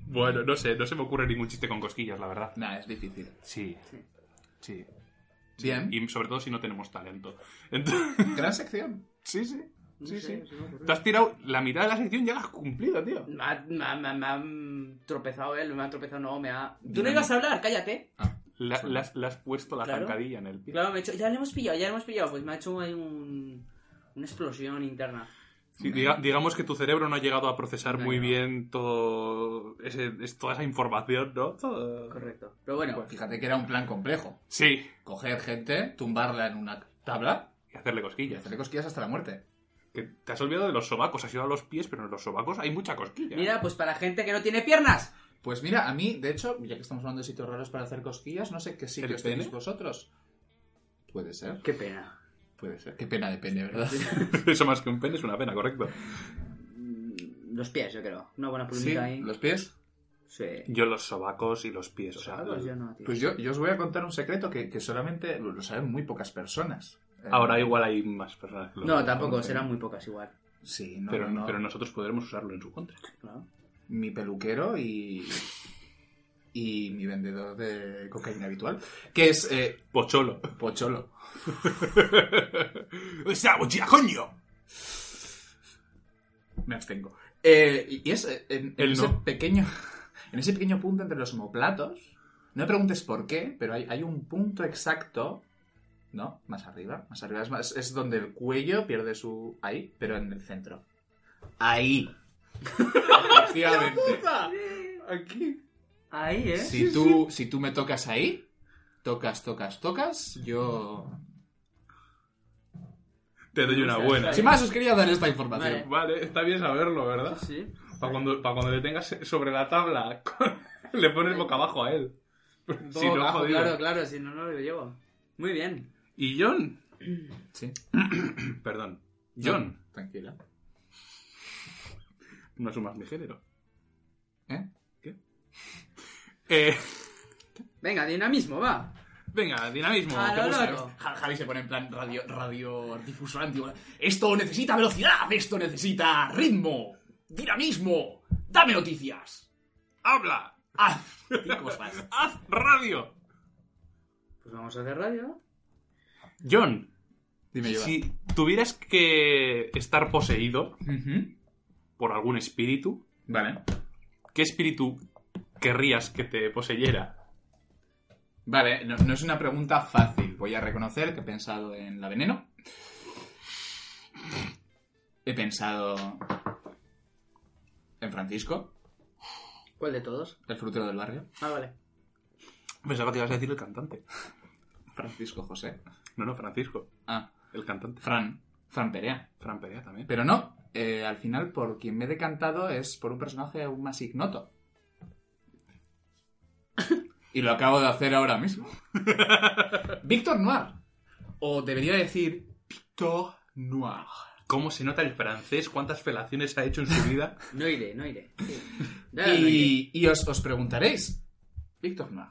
Bueno, no sé, no se me ocurre ningún chiste con cosquillas, la verdad. nah, es difícil. Sí. Sí. Bien. Y sobre todo si no tenemos talento. Entonces- Gran sección. sí, sí. no Sí, sé, sí. se me ha ocurrido. Te has tirado la mitad de la sección y ya la has cumplido, tío. Me ha, me ha- me ha- me ha, mm, tropezado él, me ha tropezado, no, me ha... Tú no Dinamo. ibas a hablar, cállate. La, Sí. la has- la has puesto la Claro. zancadilla en el pie. Claro, me ha hecho, ya le hemos pillado, ya le hemos pillado. Pues me ha hecho ahí un, una explosión interna. Sí, diga- digamos que tu cerebro no ha llegado a procesar No, muy no. bien todo ese- es- toda esa información, ¿no? Todo- Correcto. Pero bueno, Pues fíjate que era un plan complejo. Sí, Coger gente, tumbarla en una tabla y hacerle y cosquillas. hacerle cosquillas hasta la muerte. Que te has olvidado de los sobacos, has ido a los pies, pero en los sobacos hay mucha cosquilla. mira, pues para gente que no tiene piernas. Pues mira, a mí, de hecho, ya que estamos hablando de sitios raros para hacer cosquillas, no sé qué sitios pene? tenéis vosotros. Puede ser, Qué pena. puede ser. Qué pena de pene, ¿verdad? Eso más que un pene es una pena, correcto. Mm, Los pies, yo creo. Una buena Sí, pulmita ahí. los pies. Sí. Yo los sobacos y los pies, o sea... Pues yo no, tío. Pues yo, yo os voy a contar un secreto que, que solamente lo, lo saben muy pocas personas. Eh, Ahora igual hay más personas que lo No, tampoco, no, serán no. muy pocas igual. Sí, no, pero, no, no. pero nosotros podremos usarlo en su contra. Claro. mi peluquero y, y mi vendedor de cocaína habitual, que es eh, Pocholo. Pocholo. ¡Esa bochilla, coño! Me abstengo. Eh, y es eh, en, en Él ese no. pequeño en ese pequeño punto entre los homoplatos. No me preguntes por qué, pero hay, hay un punto exacto, ¿no? Más arriba, más arriba es, más- es donde el cuello pierde su ahí, pero en el centro. Ahí. Efectivamente. Aquí. Ahí, ¿eh? Si tú, si tú me tocas ahí, tocas, tocas, tocas, yo... Te doy una O sea, buena. está Sin más, os quería dar esta información. Vale. Vale, está bien saberlo, ¿verdad? Sí. Para cuando, pa' cuando le tengas sobre la tabla, le pones boca abajo a él. Si no, Abajo, jodido. claro, claro, si no, no lo llevo. Muy bien. Y John. Sí. Perdón. John. No, tranquila. No asumas mi género. ¿Eh? Eh, Venga, dinamismo, va. venga, dinamismo. Ah, ¿te no, gusta? no, no. Ja- Javi se pone en plan radio, radio difuso Esto necesita velocidad, esto necesita ritmo, dinamismo. Dame noticias. ¡Habla! Haz cosas. ¡Haz radio! Pues vamos a hacer radio. John, Dime yo. si tuvieras que estar poseído por algún espíritu, Vale. ¿qué espíritu querrías que te poseyera? Vale, no, no es una pregunta fácil. Voy a reconocer que he pensado en la veneno. He pensado en Francisco, ¿Cuál de todos? el frutero del barrio. Ah, vale. Pensaba que ibas a decir el cantante. Francisco José. No, no, Francisco. Ah, El cantante. Fran. Fran Perea. Fran Perea también. Pero no, eh, al final por quien me he decantado es por un personaje aún más ignoto. Y lo acabo de hacer ahora mismo. Víctor Noir. O debería decir Víctor Noir. ¿Cómo se nota el francés? ¿Cuántas felaciones ha hecho en su vida? No iré, no iré. Sí. Ya, no iré. Y, y os, os preguntaréis, Víctor Noir.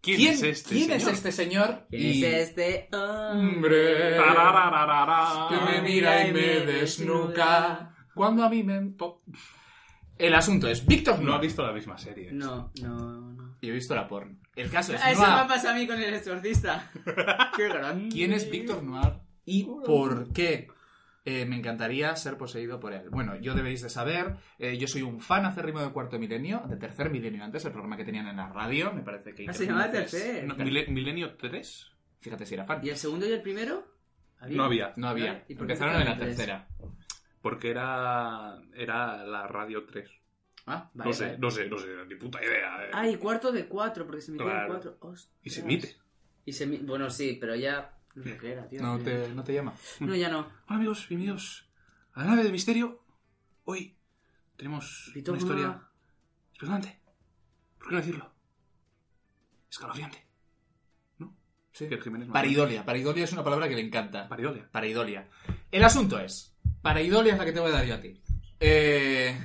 ¿Quién, es este? quién es señor? este señor? ¿Quién Y- es este Hombre. hombre? Tararararara. que me mira y me desnuca cuando a mí me... po- El asunto es, Víctor No ha Noir... visto la misma serie. No, no, no. Yo he visto la porno. El caso es... Ah, Eso Noir. me pasa a mí con el exorcista. Qué grande. ¿Quién es Víctor Noir y por qué? Eh, me encantaría ser poseído por él. Bueno, yo debéis de saber, eh, yo soy un fan acérrimo de Cuarto Milenio, de Tercer Milenio antes, el programa que tenían en la radio, me parece que... Ah, se llamaba Iker Jiménez- Tercer. No, Mile- ¿Milenio 3? Fíjate si era fan. ¿Y el segundo y el primero? No había. No había. Ah, ¿Y por qué Empezaron en la Tercer? tercera. Porque era, era la Radio 3. Ah, no, sé, no sé, no sé, ni puta idea. eh. Ah, y cuarto de cuatro, porque se emitieron Claro. cuatro. Ostras. y se emite. Y se emi- Bueno, sí, pero ya. No sé qué era, tío. No te, no te llama. No, ya no. Hola amigos, bienvenidos a la nave de misterio. Hoy tenemos Víctor una historia Noir. espeluznante. ¿Por qué no decirlo? Escalofriante. ¿No? Sí. Que Jiménez Manuel. Paridolia. Paridolia es una palabra que le encanta. Paridolia. Pareidolia. El asunto es. Pareidolia es la que te voy a dar yo a ti. Eh,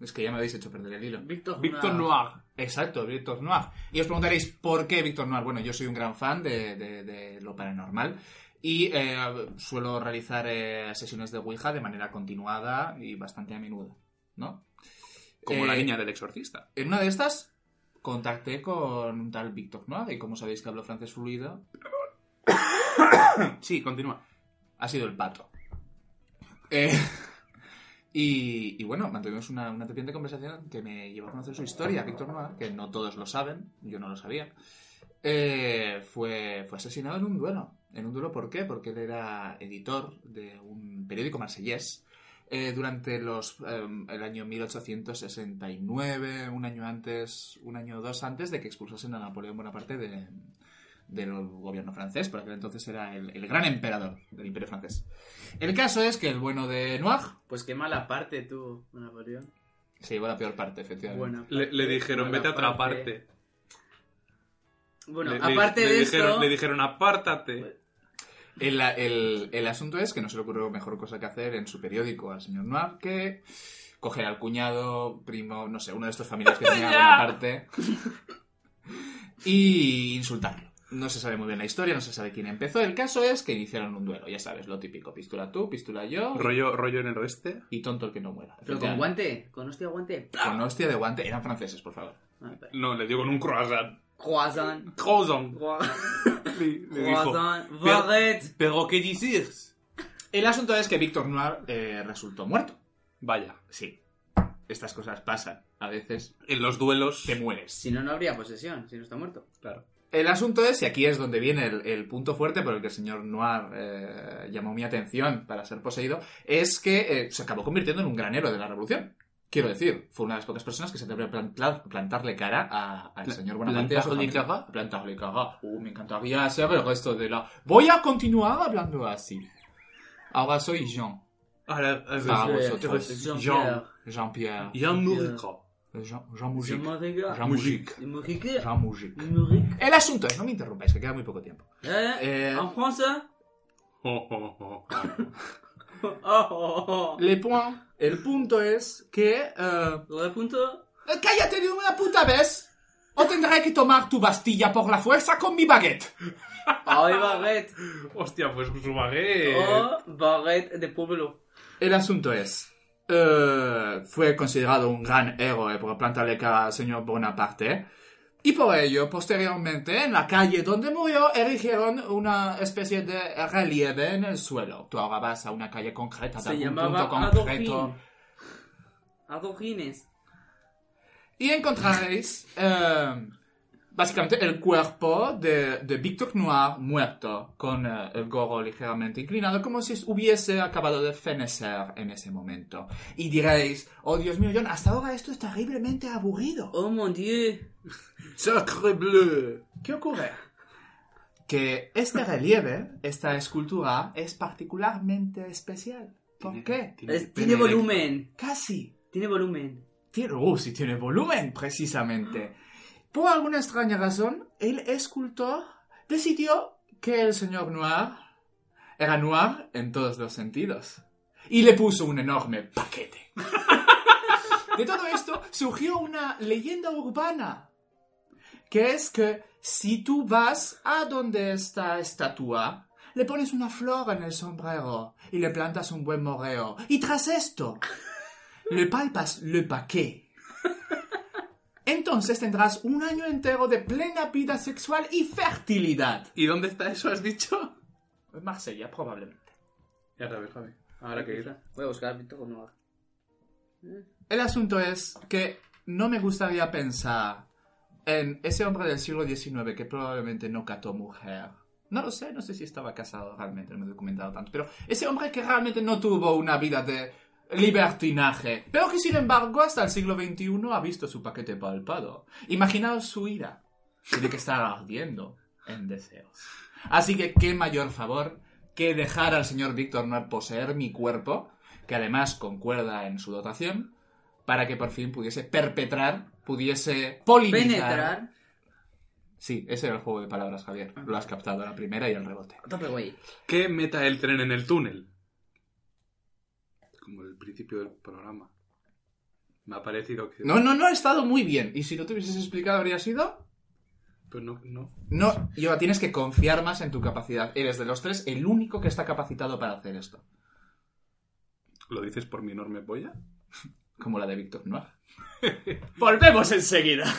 es que ya me habéis hecho perder el hilo. Víctor Víctor Noir. Noir. Exacto, Víctor Noir. Y os preguntaréis, ¿por qué Víctor Noir? Bueno, yo soy un gran fan de, de- de lo paranormal y eh, suelo realizar eh, sesiones de Ouija de manera continuada y bastante a menudo, ¿no? Como la Eh, niña del exorcista. En una de estas contacté con un tal Víctor Noir y como sabéis que hablo francés fluido, Sí, continúa. ha sido el pato. Eh, y, y bueno, mantuvimos una, una de conversación que me llevó a conocer su historia, Víctor Noir, que no todos lo saben, yo no lo sabía. Eh, fue, fue asesinado en un duelo. ¿En un duelo por qué? Porque él era editor de un periódico marsellés eh, durante los, eh, el año 1869, un año antes, un año o dos antes de que expulsasen a Napoleón Bonaparte de- del gobierno francés, por aquel entonces era el, el gran emperador del imperio francés. El caso es que el bueno de Noir Pues qué mala parte tuvo Napoleón. se llevó la peor parte, efectivamente. Buena. Le, le dijeron, Buena vete a otra parte". parte. Bueno, Le- le- aparte le de dijeron- esto. Le dijeron, apártate. El, el- el asunto es que no se le ocurrió mejor cosa que hacer en su periódico al señor Noir que coger al cuñado, primo, no sé, uno de estos familiares que tenía buena parte y insultarlo. No se sabe muy bien la historia, no se sabe quién empezó. El caso es que iniciaron un duelo, ya sabes, lo típico. Pistula tú, pistula yo Rollo, rollo en el oeste. y tonto el que no muera. Pero con guante, con hostia guante. Con hostia de guante. Eran franceses, por favor. Ah, espera. No, le dio con un croissant. Croissant. Croissant. Croissant. Le, le dijo. Baguette. ¿Pero qué dices? El asunto es que Víctor Noir eh, resultó muerto. Vaya, Sí. Estas cosas pasan. A veces en los duelos. te mueres. Si no, no habría posesión, si no está muerto. Claro. El asunto es, y aquí es donde viene el, el punto fuerte por el que el señor Noir eh, llamó mi atención para ser poseído, es que eh, se acabó convirtiendo en un gran héroe de la revolución. Quiero decir, fue una de las pocas personas que se atrevió a plantla- plantarle cara a- al Pla- señor Bonaparte. y a su ¿plantarle familia. cara? Plantarle cara. Uh, me encantaría hacer el resto de la... Voy a continuar hablando así. Ahora soy Jean. Ahora, Ah, ahora- vosotros. Jean. Jean-Pierre. Jean Mourico. Jean, Jean Jean Mougic. Mourica. Jean Mougic. Le Mourica. Jean Mougic. Le Mourica. El asunto es, no me interrumpáis, que queda muy poco tiempo. Eh, Eh, En français. Oh, oh, oh, oh. Oh, oh, oh. Le point, el punto es que... eh, Lo de punto. ¡Cállate de una puta vez! O tendré que tomar tu Bastilla por la fuerza con mi baguette. Ay, baguette. Hostia, pues su baguette. Oh, baguette de pueblo. El asunto es... eh, fue considerado un gran héroe por plantarle cara al señor Bonaparte. Y por ello, posteriormente, en la calle donde murió, erigieron una especie de relieve en el suelo. Tú ahora vas a una calle concreta, de Se algún llamaba punto concreto. Adolfín. Adolfines. y encontraréis eh, básicamente el cuerpo de, de Victor Noir muerto, con eh, el gorro ligeramente inclinado, como si hubiese acabado de fenecer en ese momento. Y diréis, oh Dios mío, John, hasta ahora esto es terriblemente aburrido. Oh mon dieu. Sacre bleu. ¿Qué ocurre? Que este relieve, esta escultura, es particularmente especial. ¿Por qué? Es- tiene volumen. Casi. Tiene volumen. Tiene, oh, sí tiene volumen, precisamente. Por alguna extraña razón, el escultor decidió que el señor Noir era Noir en todos los sentidos. Y le puso un enorme paquete. De todo esto surgió una leyenda urbana, que es que si tú vas a donde está estatua, le pones una flor en el sombrero y le plantas un buen morreo. Y tras esto, le palpas le paquet. Entonces tendrás un año entero de plena vida sexual y fertilidad. ¿Y dónde está eso, has dicho? En Marsella, probablemente. Ya sabes, Javi. Ahora que ir. Voy a buscar Víctor con Noah. El asunto es que no me gustaría pensar en ese hombre del siglo XIX que probablemente no cató mujer. No lo sé, no sé si estaba casado realmente, no me he documentado tanto. Pero ese hombre que realmente no tuvo una vida de libertinaje. Pero que sin embargo hasta el siglo XXI ha visto su paquete palpado. Imaginaos su ira. Tiene que estar ardiendo en deseos. Así que qué mayor favor que dejar al señor Víctor Noir poseer mi cuerpo, que además concuerda en su dotación, para que por fin pudiese perpetrar, pudiese polinizar. Penetrar. Sí, ese era el juego de palabras, Javier. Lo has captado a la primera y al rebote. A tope, güey. ¿Qué meta el tren en el túnel? Como el principio del programa. Me ha parecido que. No, no, no ha estado muy bien. Y si no te hubieses explicado, habría sido. Pues no, no. No, Iba, tienes que confiar más en tu capacidad. Eres de los tres el único que está capacitado para hacer esto. ¿Lo dices por mi enorme polla? Como la de Víctor Noir. Volvemos enseguida.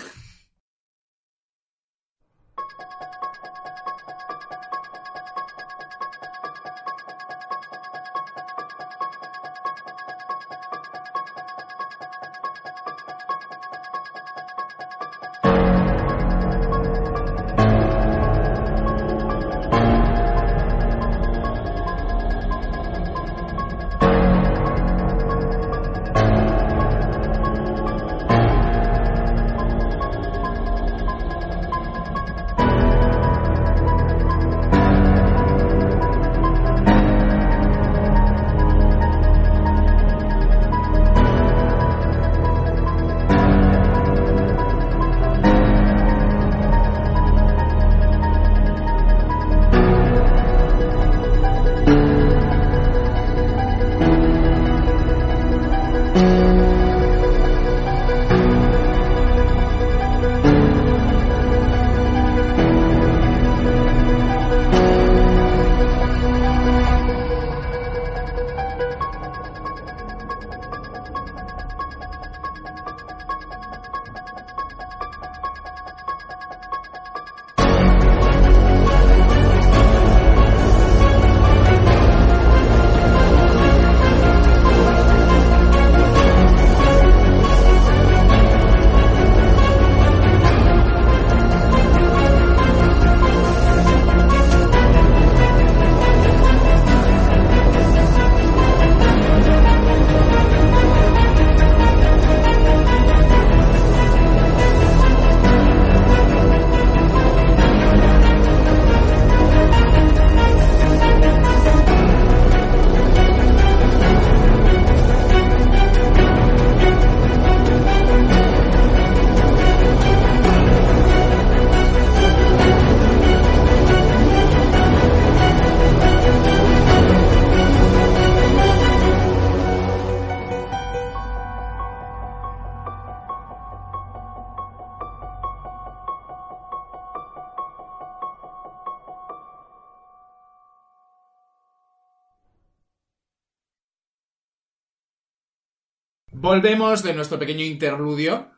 Volvemos de nuestro pequeño interludio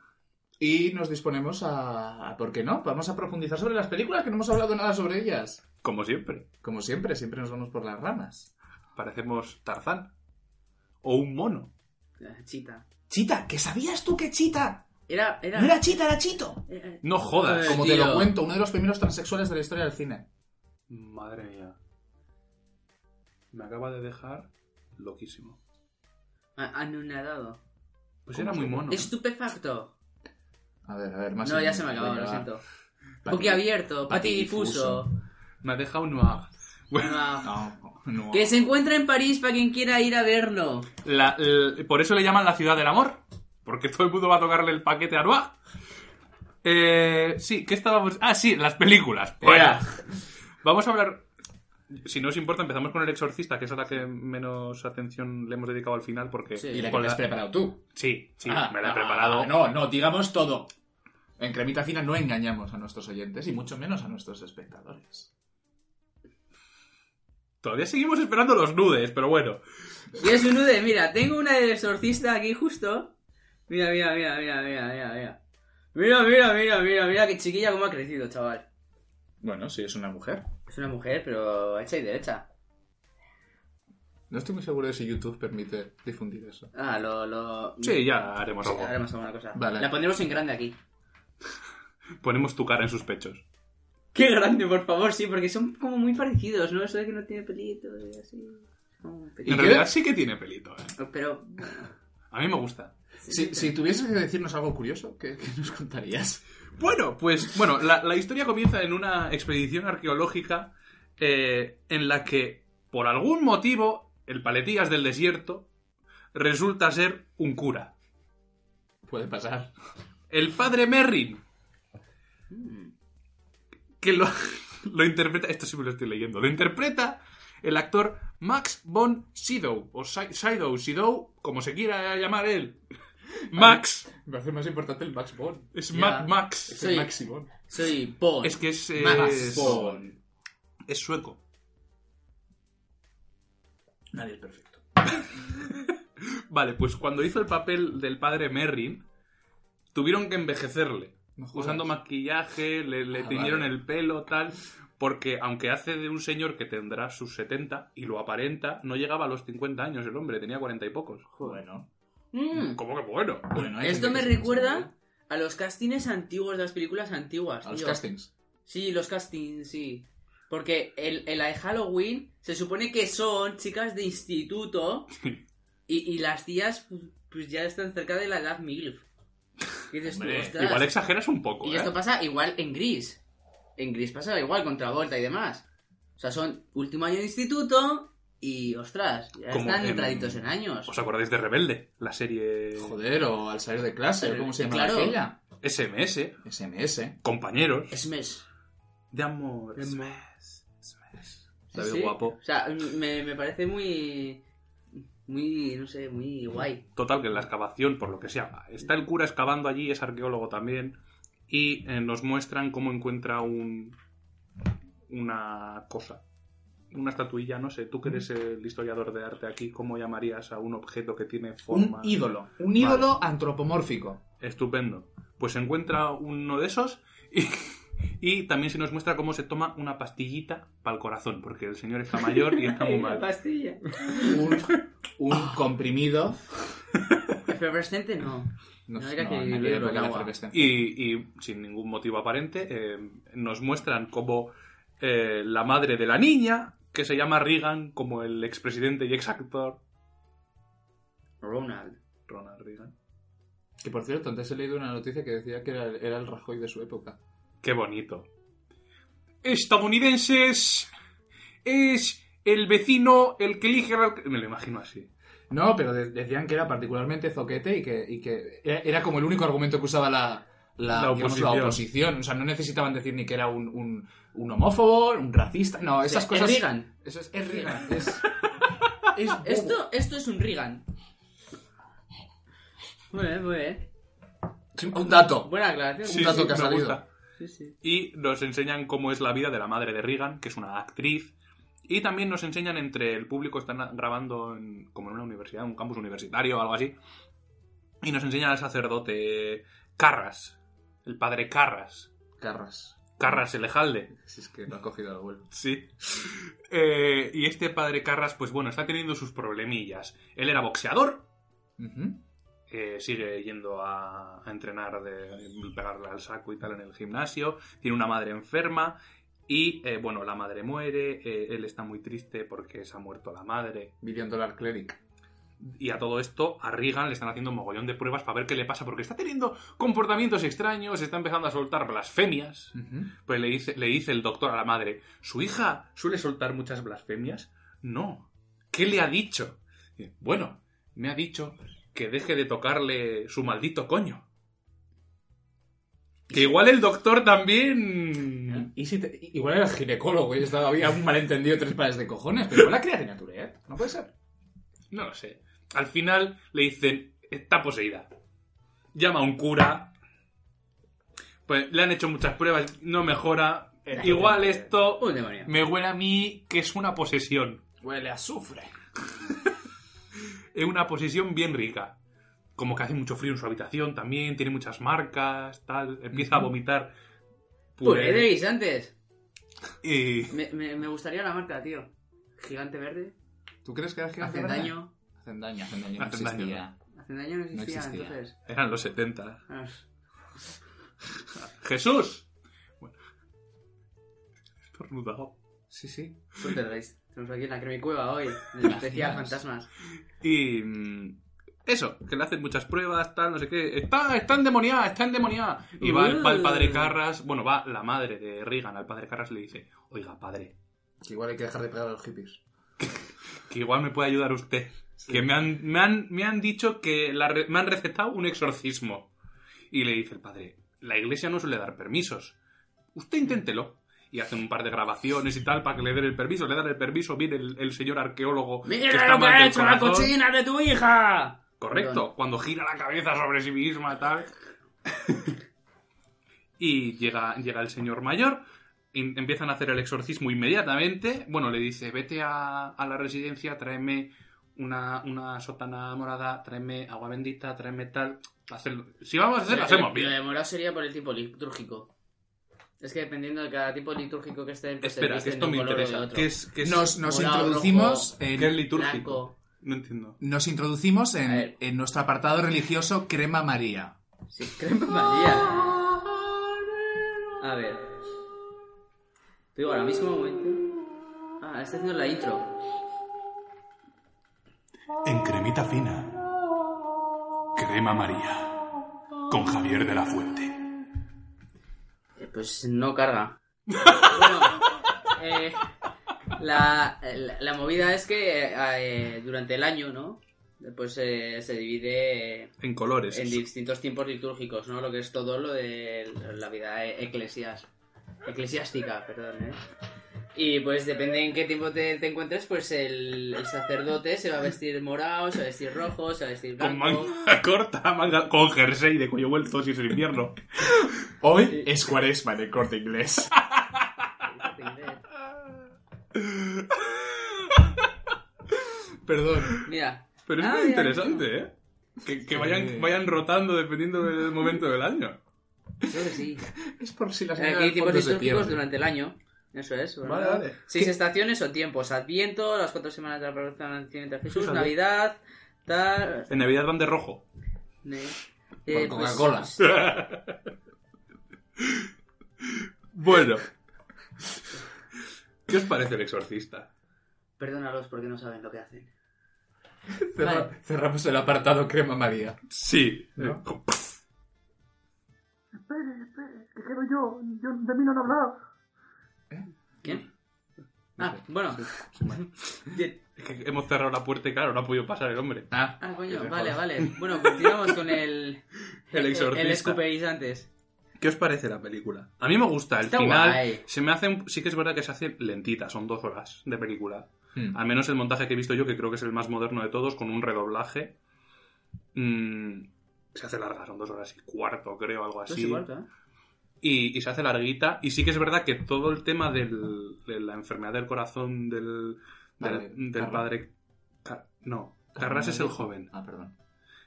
y nos disponemos a... a, ¿Por qué no? Vamos a profundizar sobre las películas, que no hemos hablado nada sobre ellas. Como siempre. Como siempre, siempre nos vamos por las ramas. Parecemos Tarzán. O un mono. La chita. Chita, ¿qué sabías tú que Chita? Era, era. No era Chita, era Chito. era- No jodas. Eh, Como te lo tío. cuento, uno de los primeros transexuales de la historia del cine. Madre mía. Me acaba de dejar loquísimo. a- Anonadado. Pues era muy mono. ¿eh? Estupefacto. A ver, a ver, más. No, o ya menos. se me ha acabado, Venga, lo va. siento. Pati- Boquiabierto, patidifuso. Me ha dejado un noir. Bueno, Ah, No, no. Que se encuentra en París para quien quiera ir a verlo. la- l- por eso le llaman la ciudad del amor. Porque todo el mundo va a tocarle el paquete a Noir. Eh, sí, ¿qué estábamos...? Ah, sí, las películas. Bueno, Era. vamos a hablar... Si no os importa, empezamos con El Exorcista, que es a la que menos atención le hemos dedicado al final, porque... Sí. Y la que con te has la- preparado tú. Sí, sí, Ah, me la he ah, preparado. No, no, digamos todo. En Cremita Fina no engañamos a nuestros oyentes y mucho menos a nuestros espectadores. Todavía seguimos esperando los nudes, pero bueno. Y es un nude, mira, tengo una del exorcista aquí justo. Mira, mira, mira, mira, mira, mira, mira. Mira, mira, mira, mira, mira, qué chiquilla cómo ha crecido, chaval. Bueno, si es una mujer. Es una mujer, pero hecha y derecha. No estoy muy seguro de si YouTube permite difundir eso. Ah, lo... lo... Sí, ya haremos algo. Haremos alguna cosa. Vale. La pondremos en grande aquí. Ponemos tu cara en sus pechos. Qué grande, por favor, sí, porque son como muy parecidos, ¿no? Eso de que no tiene pelito y así. Como ¿Y En pelito. qué? realidad sí que tiene pelito, eh. Pero... bueno, A mí me gusta. Si, si tuvieses que decirnos algo curioso, ¿qué, qué nos contarías? Bueno, pues bueno, la, la historia comienza en una expedición arqueológica eh, en la que, por algún motivo, el paletías del desierto resulta ser un cura. Puede pasar. El padre Merrin, que lo, lo interpreta, esto sí me lo estoy leyendo, lo interpreta el actor Max von Sydow, o Sy- Sydow, Sydow, como se quiera llamar él. Max, Me parece más importante el Max Bond. es Ya. Ma- Max. Es Sí. el Maxi Bond. Soy Bon. Es que es, eh, Max es, Bon. es sueco. Nadie es perfecto. Vale, pues cuando hizo el papel del padre Merrin, tuvieron que envejecerle. No jodas. Usando maquillaje, le, le Ah, tiñeron vale. el pelo, tal. Porque aunque hace de un señor que tendrá sus 70 y lo aparenta, no llegaba a los 50 años el hombre, tenía 40 y pocos. Bueno. Mm. ¿Cómo que bueno? bueno hay Esto gente me que se recuerda considera. a los castings antiguos de las películas antiguas. A los tío. castings. Sí, los castings, sí. Porque el, el la de Halloween se supone que son chicas de instituto y, y las tías pues, pues ya están cerca de la edad MILF. Y dices tú, Hombre, ostras. Igual exageras un poco, Y ¿eh? esto pasa igual en gris. En gris pasa igual contra Volta y demás. O sea, son último año de instituto y, ostras, ya Como están en- entraditos en años. ¿Os acordáis de Rebelde? La serie Joder, o al salir de clase, o Pero, cómo se eh, llama claro. aquella. SMS, SMS. compañeros. es mes. De amor. De amor. SMS, SMS. Sí, David sí. Guapo. O sea, me, me parece muy. Muy, no sé, muy guay. Total, que en la excavación, por lo que sea, está el cura excavando allí, es arqueólogo también, y eh, nos muestran cómo encuentra un una cosa, una estatuilla, no sé, tú que eres el historiador de arte aquí, ¿cómo llamarías a un objeto que tiene forma? Un ídolo. Un ídolo antropomórfico. Estupendo. Pues se encuentra uno de esos y, y también se nos muestra cómo se toma una pastillita para el corazón, porque el señor está mayor y está muy La mal. pastilla. Un, un comprimido. Efervescente no. No, era que en aquella bebe época con la agua. efervescencia. Y, y sin ningún motivo aparente, eh, nos muestran como eh, la madre de la niña, que se llama Reagan, como el expresidente y exactor Ronald. Ronald Reagan. Que por cierto, antes he leído una noticia que decía que era, era el Rajoy de su época. Qué bonito. Estadounidenses es el vecino el que elige al... alc- Me lo imagino así. No, pero de- decían que era particularmente zoquete y que, y que era, era como el único argumento que usaba la, la, La digamos, oposición. la oposición. O sea, no necesitaban decir ni que era un, un- un homófobo, un racista. No, esas O sea, cosas. es Reagan. Eso es, es Reagan. Es, es Oh. bobo. Esto, esto es un Reagan. Muy bien, muy bien. Sí, Un dato. Buena aclaración. Sí. dato que ha me salido. gusta. Sí, sí. y nos enseñan cómo es la vida de la madre de Reagan, que es una actriz. Y también nos enseñan entre el público, están grabando en- como en una universidad, un campus universitario o algo así. Y nos enseñan al sacerdote Carras, el padre Carras. Carras. Carras Elejalde, Si es que lo ha cogido al vuelo. sí. Eh, y este padre Carras, pues bueno, está teniendo sus problemillas. Él era boxeador, Ujú. eh, sigue yendo a, a entrenar de pegarle al saco y tal en el gimnasio, tiene una madre enferma y eh, bueno, la madre muere, eh, él está muy triste porque se ha muerto la madre. Billion Dollar Cleric. Y a todo esto, a Regan le están haciendo un mogollón de pruebas para ver qué le pasa, porque está teniendo comportamientos extraños, está empezando a soltar blasfemias. Pues le dice, le dice el doctor a la madre, ¿su hija suele soltar muchas blasfemias? No. ¿Qué le ha dicho? Y, Bueno, me ha dicho que deje de tocarle su maldito coño. Que igual el doctor también... Y si te- Igual era ginecólogo y estaba, había un malentendido tres pares de cojones, pero igual la cría de Nature, ¿eh? No puede ser. No lo sé. Al final le dicen, está poseída. Llama a un cura. Pues le han hecho muchas pruebas, no mejora. Igual esto Un Oh, demonio. me huele a mí que es una posesión. Huele a azufre. Es una posesión bien rica. Como que hace mucho frío en su habitación también, tiene muchas marcas, tal. Empieza a vomitar. Puré de puré. guisantes. Y Me, me, me gustaría la marca, tío. Gigante verde. ¿Tú crees que era gigante? Hacen verde? daño. Hacen daño, hacen daño. no Hacen daño, existía. Hacen daño no existía, existía. entonces. eran los 70. Ah, ¡Jesús! Bueno. Estornudado. Sí, sí. suerte, Reis. Estamos aquí en la cremicueva hoy. En el especial fantasmas. Y mm, eso, que le hacen muchas pruebas, tal, no sé qué. Está, está endemoniada, está endemoniada. Y va, el- va el padre Carras, bueno, va la madre de Regan al padre Carras y le dice, oiga, padre, Que igual hay que dejar de pegar a los hippies. que igual me puede ayudar usted. Que me han, me han, me han dicho que la re- me han recetado un exorcismo. Y le dice el padre, la iglesia no suele dar permisos. Usted inténtelo. Y hacen un par de grabaciones y tal para que le den el permiso. Le dan el permiso, viene el, el señor arqueólogo. ¡Mira está lo que mal ha del hecho la corazón. cochina de tu hija! Correcto, Perdón. cuando gira la cabeza sobre sí misma, tal. y llega, llega el señor mayor, em- empiezan a hacer el exorcismo inmediatamente. Bueno, le dice, vete a, a la residencia, tráeme una, una sotana morada, tráeme agua bendita, tráeme tal. Hacerlo- Si vamos a Eh, hacer, lo hacemos Lo bien. demorado sería por el tiempo litúrgico. Es que dependiendo de cada tipo litúrgico que esté... pues, Espera, que se visten esto de me un color o de interesa. otro. ¿Qué es, qué es, Nos, nos morado, introducimos en, qué es litúrgico? Blanco. No entiendo. nos introducimos en, A ver. en nuestro apartado religioso Crema María. Sí, crema María. A ver. Te digo, ahora mismo un momento. Ah, está haciendo la intro. En cremita fina. Crema María. Con Javier de la Fuente. Eh, Pues no carga. bueno, eh, la, la, la movida es que eh, eh, durante el año, ¿no? Pues eh, se divide eh, En Pues colores. en distintos tiempos litúrgicos, ¿no? Lo que es todo lo de la vida e- eclesias- eclesiástica, perdón, ¿eh? Y pues depende en qué tiempo te, te encuentres, pues el, el sacerdote se va a vestir morado, se va a vestir rojo, se va a vestir Con blanco. manga corta, manga con jersey de cuello vuelto si es el invierno. Hoy es cuaresma en el corte inglés. Perdón. Mira, Pero es Ah, muy ya, interesante, ¿eh? Que, que vayan, vayan rotando dependiendo del momento del año. creo que sí. Es por si la señora Eh, Aquí hay tiempos del fondo se litúrgicos pierde. durante el año. Eso es. ¿verdad? Vale, vale. Seis ¿Qué? estaciones o tiempos. Adviento, las cuatro semanas de la preparación al nacimiento de Jesús, Fíjate. Navidad, tal... En Navidad van de rojo. eh, Con eh, pues, Coca-Cola. Bueno. ¿Qué os parece el exorcista? Perdónalos porque no saben lo que hacen. Cerra- Vale. Cerramos el apartado Crema María. Sí. Eh, ¿No? ¿Quién? Ah, bueno. Bien. Es que hemos cerrado la puerta y claro, no ha podido pasar el hombre. Ah, Ah, que se coño, vale, joda. vale. Bueno, continuamos con el. El exorcista. El escuperizantes. ¿Qué os parece la película? A mí me gusta. El Está final guay. se me hace... un- Sí que es verdad que se hace lentita. Son dos horas de película. Hmm. Al menos el montaje que he visto yo, que creo que es el más moderno de todos, con un redoblaje. mm, se hace larga, son dos horas y cuarto, creo, algo Esto es así. igual, ¿eh? y, y se hace larguita. Y sí que es verdad que todo el tema del- de la enfermedad del corazón del, Padre, del, del Carras. padre. Ca- no, Carras es el joven, Ah, perdón.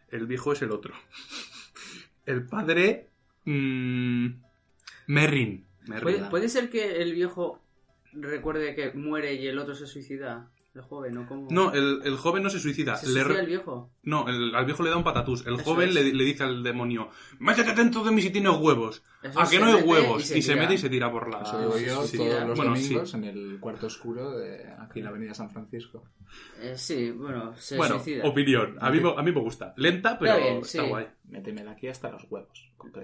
el viejo es el otro. El padre. mm, Merrin. Merrin. ¿Puede, puede ser que el viejo recuerde que muere y el otro se suicida. El joven, ¿no? Como... No, el, el joven no se suicida. ¿Se le suicida re- el viejo? No, el- al viejo le da un patatús. El Eso joven es. le, le dice al demonio, métete dentro de mí si tienes huevos. Eso ¿A que se no hay mete huevos? Y se, tira. mete y se tira por la... Eso digo yo Ah, sí, sí. todos los Bueno, sí. domingos en el cuarto oscuro de aquí en la avenida San Francisco. Eh, sí, bueno, se Bueno, suicida. opinión. A mí, me- a mí me gusta. Lenta, pero Está está, bien, sí. guay. Métemela aquí hasta los huevos. con que-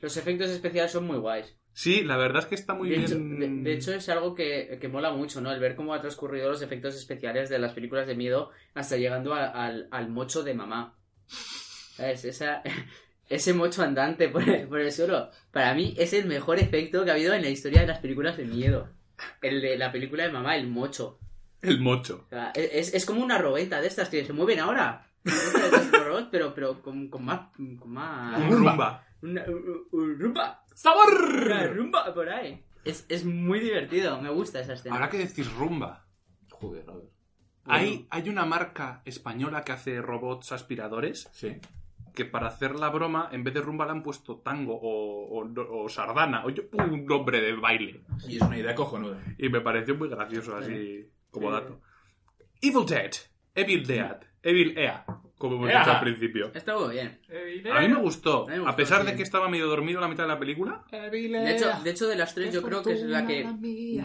Los efectos especiales son muy guays. Sí, la verdad es que está muy de, bien... hecho, de- de hecho, es algo que, que mola mucho, ¿no? El ver cómo ha transcurrido los efectos especiales de las películas de miedo hasta llegando a- al, al mocho de mamá. ¿Sabes? Esa- ese mocho andante por el, por el suelo. Para mí es el mejor efecto que ha habido en la historia de las películas de miedo. El de la película de mamá, el mocho. El mocho. O sea, es, es como una robeta de estas que se mueven ahora. Pero, pero con, con más... Con más... Un rumba. Una, un- un rumba. Una ¡Sabor! rumba por ahí. Es, es muy divertido, me gusta esa escena. Habrá que decir rumba. Joder, Robert. Hay, hay una marca española que hace robots aspiradores Sí. que para hacer la broma, en vez de rumba le han puesto tango o, o- o sardana, o yo- un nombre de baile. Y es una idea cojonuda. Y me pareció muy gracioso así como dato. Evil Dead. Evil Dead. Evil Ea, como hemos Ea. dicho al principio. Está muy bien. A mí me gustó. A mí me gustó, A pesar de sí. que estaba medio dormido la mitad de la película, De hecho, de hecho, de las tres yo creo que es la que,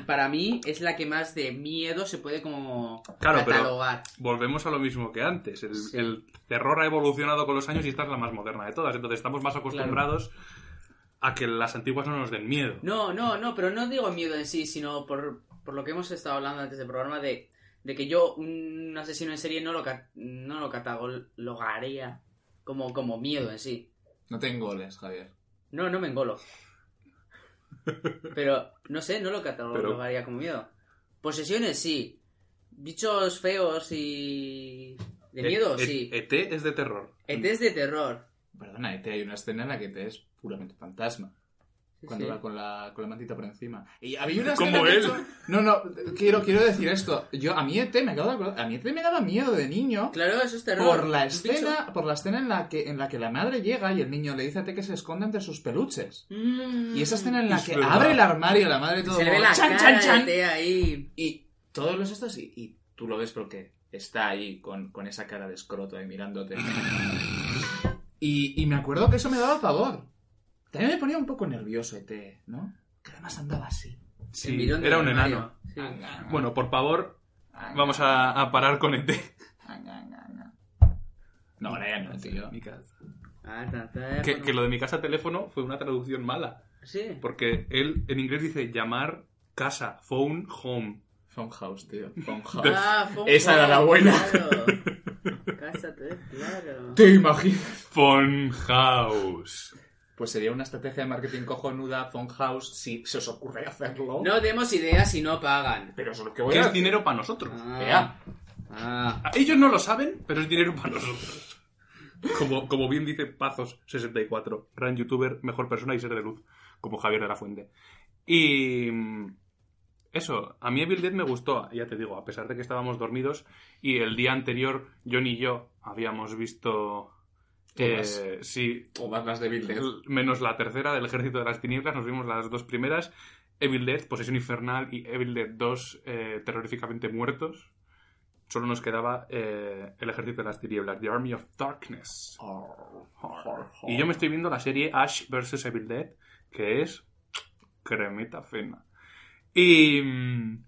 para mí, es la que más de miedo se puede como Claro, pero- catalogar. volvemos a lo mismo que antes. El, el terror ha evolucionado con los años y esta es la más moderna de todas. Entonces estamos más acostumbrados a que las antiguas no nos den miedo. No, no, no, pero no digo miedo en sí, sino por, por lo que hemos estado hablando antes del programa de, de que yo un asesino en serie no lo, ca- no lo catalogaría como, como miedo en sí. No tengo goles, Javier. No, no me engolo. Pero, no sé, no lo catalogaría como miedo. Posesiones, sí. Bichos feos y... De Eh, miedo, E- e- sí. ET es de terror. ET es de terror. Perdona, ET, hay una escena en la que te es puramente fantasma. Cuando Sí. va con la, con la mantita por encima. Y había una escena Como que él. yo- No, no, quiero, quiero decir esto. Yo, a mí ET me acabo de acordar. A mí ET me daba miedo de niño. Claro, eso es terror. Por la Un bicho. escena, por la escena en la que en la que la madre llega y el niño le dice a T que se esconda entre sus peluches. Mm. Y esa escena en la Es que verdad. abre el armario la madre todo Se le ve como, la "Chan, cara chan, de chan". ET ahí. Y todos los estos, y, y tú lo ves porque está ahí con, con esa cara de escroto ahí mirándote. Y, y me acuerdo que eso me daba pavor. También me ponía un poco nervioso, ET, ¿no? Que además andaba así. Sí, El mirón del era un armario. enano. Sí. Bueno, por favor, Ah, vamos a, a parar con E ET. ah, ah, ah, ah. No, ahora ya no, tío. Mi casa. Ah, ta, ta, Que, bueno. que lo de mi casa teléfono fue una traducción mala. Sí. Porque él en inglés dice llamar casa, phone, home. Phone House, tío. Phone House. Ah, fue un Pues, Esa era la juego, buena. Claro. Cásate, claro. ¿Te imaginas? Phone house. Pues sería una estrategia de marketing cojonuda, Phone House, si se os ocurre hacerlo. No demos ideas si no pagan. Pero eso es lo que voy Que a es decir. dinero para nosotros. Ah, Ea. ah. A Ellos no lo saben, pero es dinero para nosotros. Como, como bien dice Pazos64, gran youtuber, mejor persona y ser de luz, como Javier de la Fuente. Y. mm, Eso, a mí Evil Dead me gustó, ya te digo, a pesar de que estábamos dormidos y el día anterior, John y yo habíamos visto. eh, Todas. sí, Todas las de Bill Gates. l- menos la tercera del Ejército de las Tinieblas, nos vimos las dos primeras: Evil Dead, Posesión Infernal y Evil Dead 2, eh, terroríficamente muertos. Solo nos quedaba eh, el Ejército de las Tinieblas, The Army of Darkness. Y yo me estoy viendo la serie Ash vs. Evil Dead, que es cremita fina. Y, mm,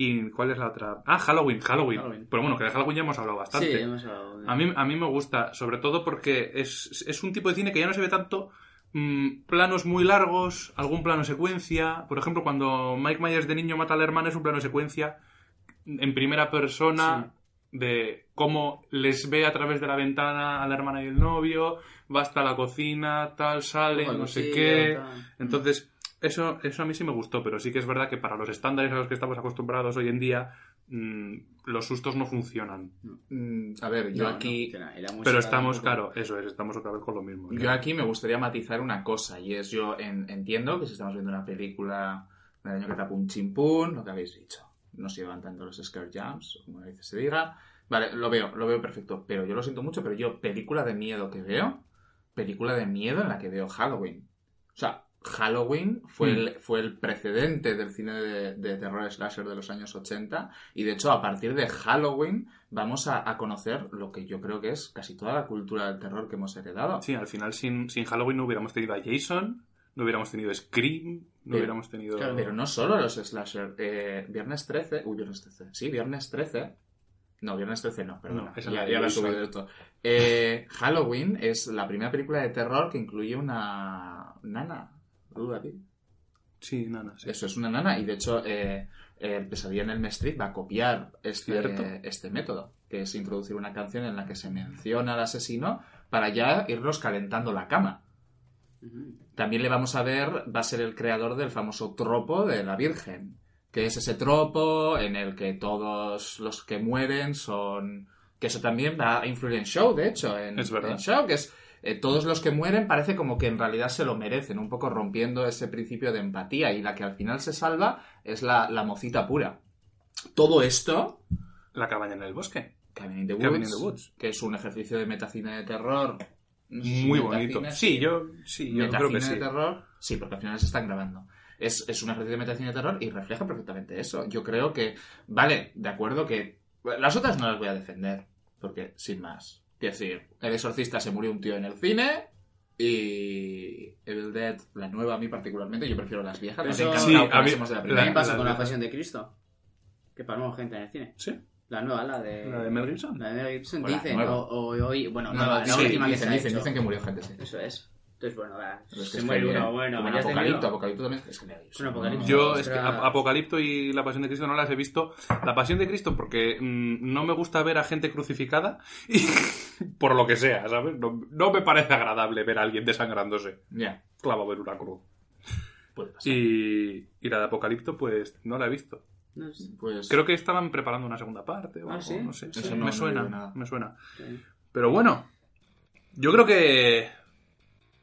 ¿Y cuál es la otra? Ah, Halloween, Halloween. Halloween. Pero bueno, que de Halloween ya hemos hablado bastante. Sí, hemos hablado de- A mí, a mí me gusta, sobre todo porque es, es un tipo de cine que ya no se ve tanto. mm, planos muy largos, algún plano secuencia. Por ejemplo, cuando Mike Myers de niño mata al hermano es un plano secuencia en primera persona de cómo les ve a través de la ventana a la hermana y el novio, va hasta la cocina, tal, sale, Ojo, no sé sí, qué. tal. Entonces, eso, eso a mí sí me gustó, pero sí que es verdad que para los estándares a los que estamos acostumbrados hoy en día, mm, los sustos no funcionan. Mm, A ver, yo No, no, aquí. que nada, y la música Pero estamos, tampoco. claro, eso es, estamos otra vez con lo mismo. Yo aquí me gustaría matizar una cosa, y es yo en- entiendo que si estamos viendo una película del año que tapa un chimpún, lo que habéis dicho, no se llevan tanto los scare jumps, como a veces se diga. Vale, lo veo, lo veo perfecto, pero yo lo siento mucho, pero yo película de miedo que veo, película de miedo en la que veo Halloween. O sea, Halloween fue, Mm. el, fue el precedente del cine de, de terror slasher de los años 80 y de hecho a partir de Halloween vamos a, a conocer lo que yo creo que es casi toda la cultura del terror que hemos heredado. Sí, al final sin, sin Halloween no hubiéramos tenido a Jason, no hubiéramos tenido Scream, no Pero- hubiéramos tenido... claro, Pero no solo los slasher. eh, viernes 13. Uy, viernes 13. Sí, viernes 13. No, viernes 13 no, perdona. No, esa ya la- ya la he esa. subido esto. Eh, Halloween es la primera película de terror que incluye una nana. Uh, David. Sí, nana, sí. Eso es una nana. Y de hecho, eh, eh, Pesadilla en el Street va a copiar Cierto. este, este método, que es introducir una canción en la que se menciona al asesino para ya irnos calentando la cama. Ujú. También le vamos a ver, va a ser el creador del famoso tropo de la Virgen, que es ese tropo en el que todos los que mueren son... Que eso también va a influir en Show, de hecho, en, Es verdad. en Show, que es eh, todos los que mueren parece como que en realidad se lo merecen, un poco rompiendo ese principio de empatía y la que al final se salva es la, la mocita pura. Todo esto, La cabaña en el bosque. Cabin in the Cabin in Woods, the Woods. que es un ejercicio de metacine de terror. no sé si Muy metacine, bonito. Sí, yo, sí, yo creo que sí. Metacine de terror. Sí, porque al final se están grabando. Es, es un ejercicio de metacine de terror y refleja perfectamente eso. Yo creo que, vale, de acuerdo que las otras no las voy a defender, porque sin más. Es decir, El Exorcista se murió un tío en el cine y Evil Dead, la nueva a mí particularmente, yo prefiero las viejas. Pero las eso- Sí, a mí- de la La- ¿Qué primera. la- pasó con la- la pasión de Cristo? Que palmó gente en el cine. Sí, La nueva, la de. la de Mel Gibson. La de Mel Gibson, O la dicen. nueva. O, o- o- y- bueno, No, nueva, no, la sí, última que se dicen, ha dicen, hecho. dicen que murió gente, sí. Eso es. Entonces, bueno, va. Pero es que se es muere heavy, uno, ¿eh? bueno, Como ya está Apocalipto, Apocalipto también es heavy. Es un apocalipto. Yo, Ostras. es que Ap- Apocalipto y La Pasión de Cristo no las he visto. La Pasión de Cristo porque mm, no me gusta ver a gente crucificada y por lo que sea, ¿sabes? No, no me parece agradable ver a alguien desangrándose Ya, clavado en una cruz. puede pasar. Y, y la de Apocalipto, pues no la he visto. No sé. Pues- Creo que estaban preparando una segunda parte o Ah, algo, ¿sí? no sé. Eso Sí, no- no me digo suena, nada. me suena. Sí. Pero bueno, yo creo que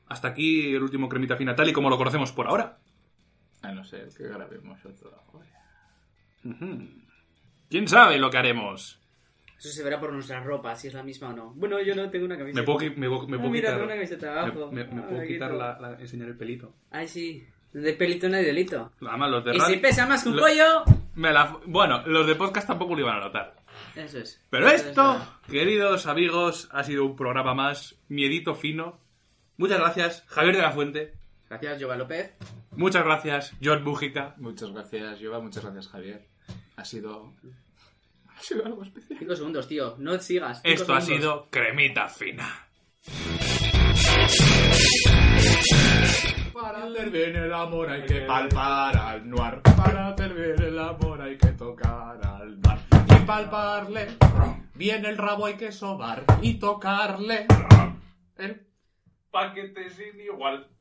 hasta aquí el último cremita final, tal y como lo conocemos por ahora. A no ser que grabemos otro. Joder. Ujú. ¿Quién sabe lo que haremos? Eso se verá por nuestra ropa, si es la misma o no. Bueno, yo no tengo una camiseta. Me puedo, qui- me, puedo- me Ah, puedo mira, quitar, tengo una camiseta abajo. me- me- me Ah, puedo aquí quitar todo. la, la- enseñar el pelito. Ay, sí. De pelito no hay delito. Además, los de Y rad- si pesa más que un Lo- pollo. me la- Bueno, los de podcast tampoco lo iban a notar. Eso es. Pero Eso es esto, verdad. queridos amigos, ha sido un programa más. Miedito fino. Muchas gracias, Javier de la Fuente. Gracias, Jova López. Muchas gracias, John Mújica. Muchas gracias, Jova. Muchas gracias, Javier. Ha sido. Ha sido algo especial. Cinco segundos, tío. No sigas. Cinco Esto ha segundos. sido Cremita Fina. Para hacer bien el amor hay que palpar al noir. Para hacer bien el amor hay que tocar al bar. Y palparle. Bien el rabo hay que sobar. Y tocarle. El paquete sin igual.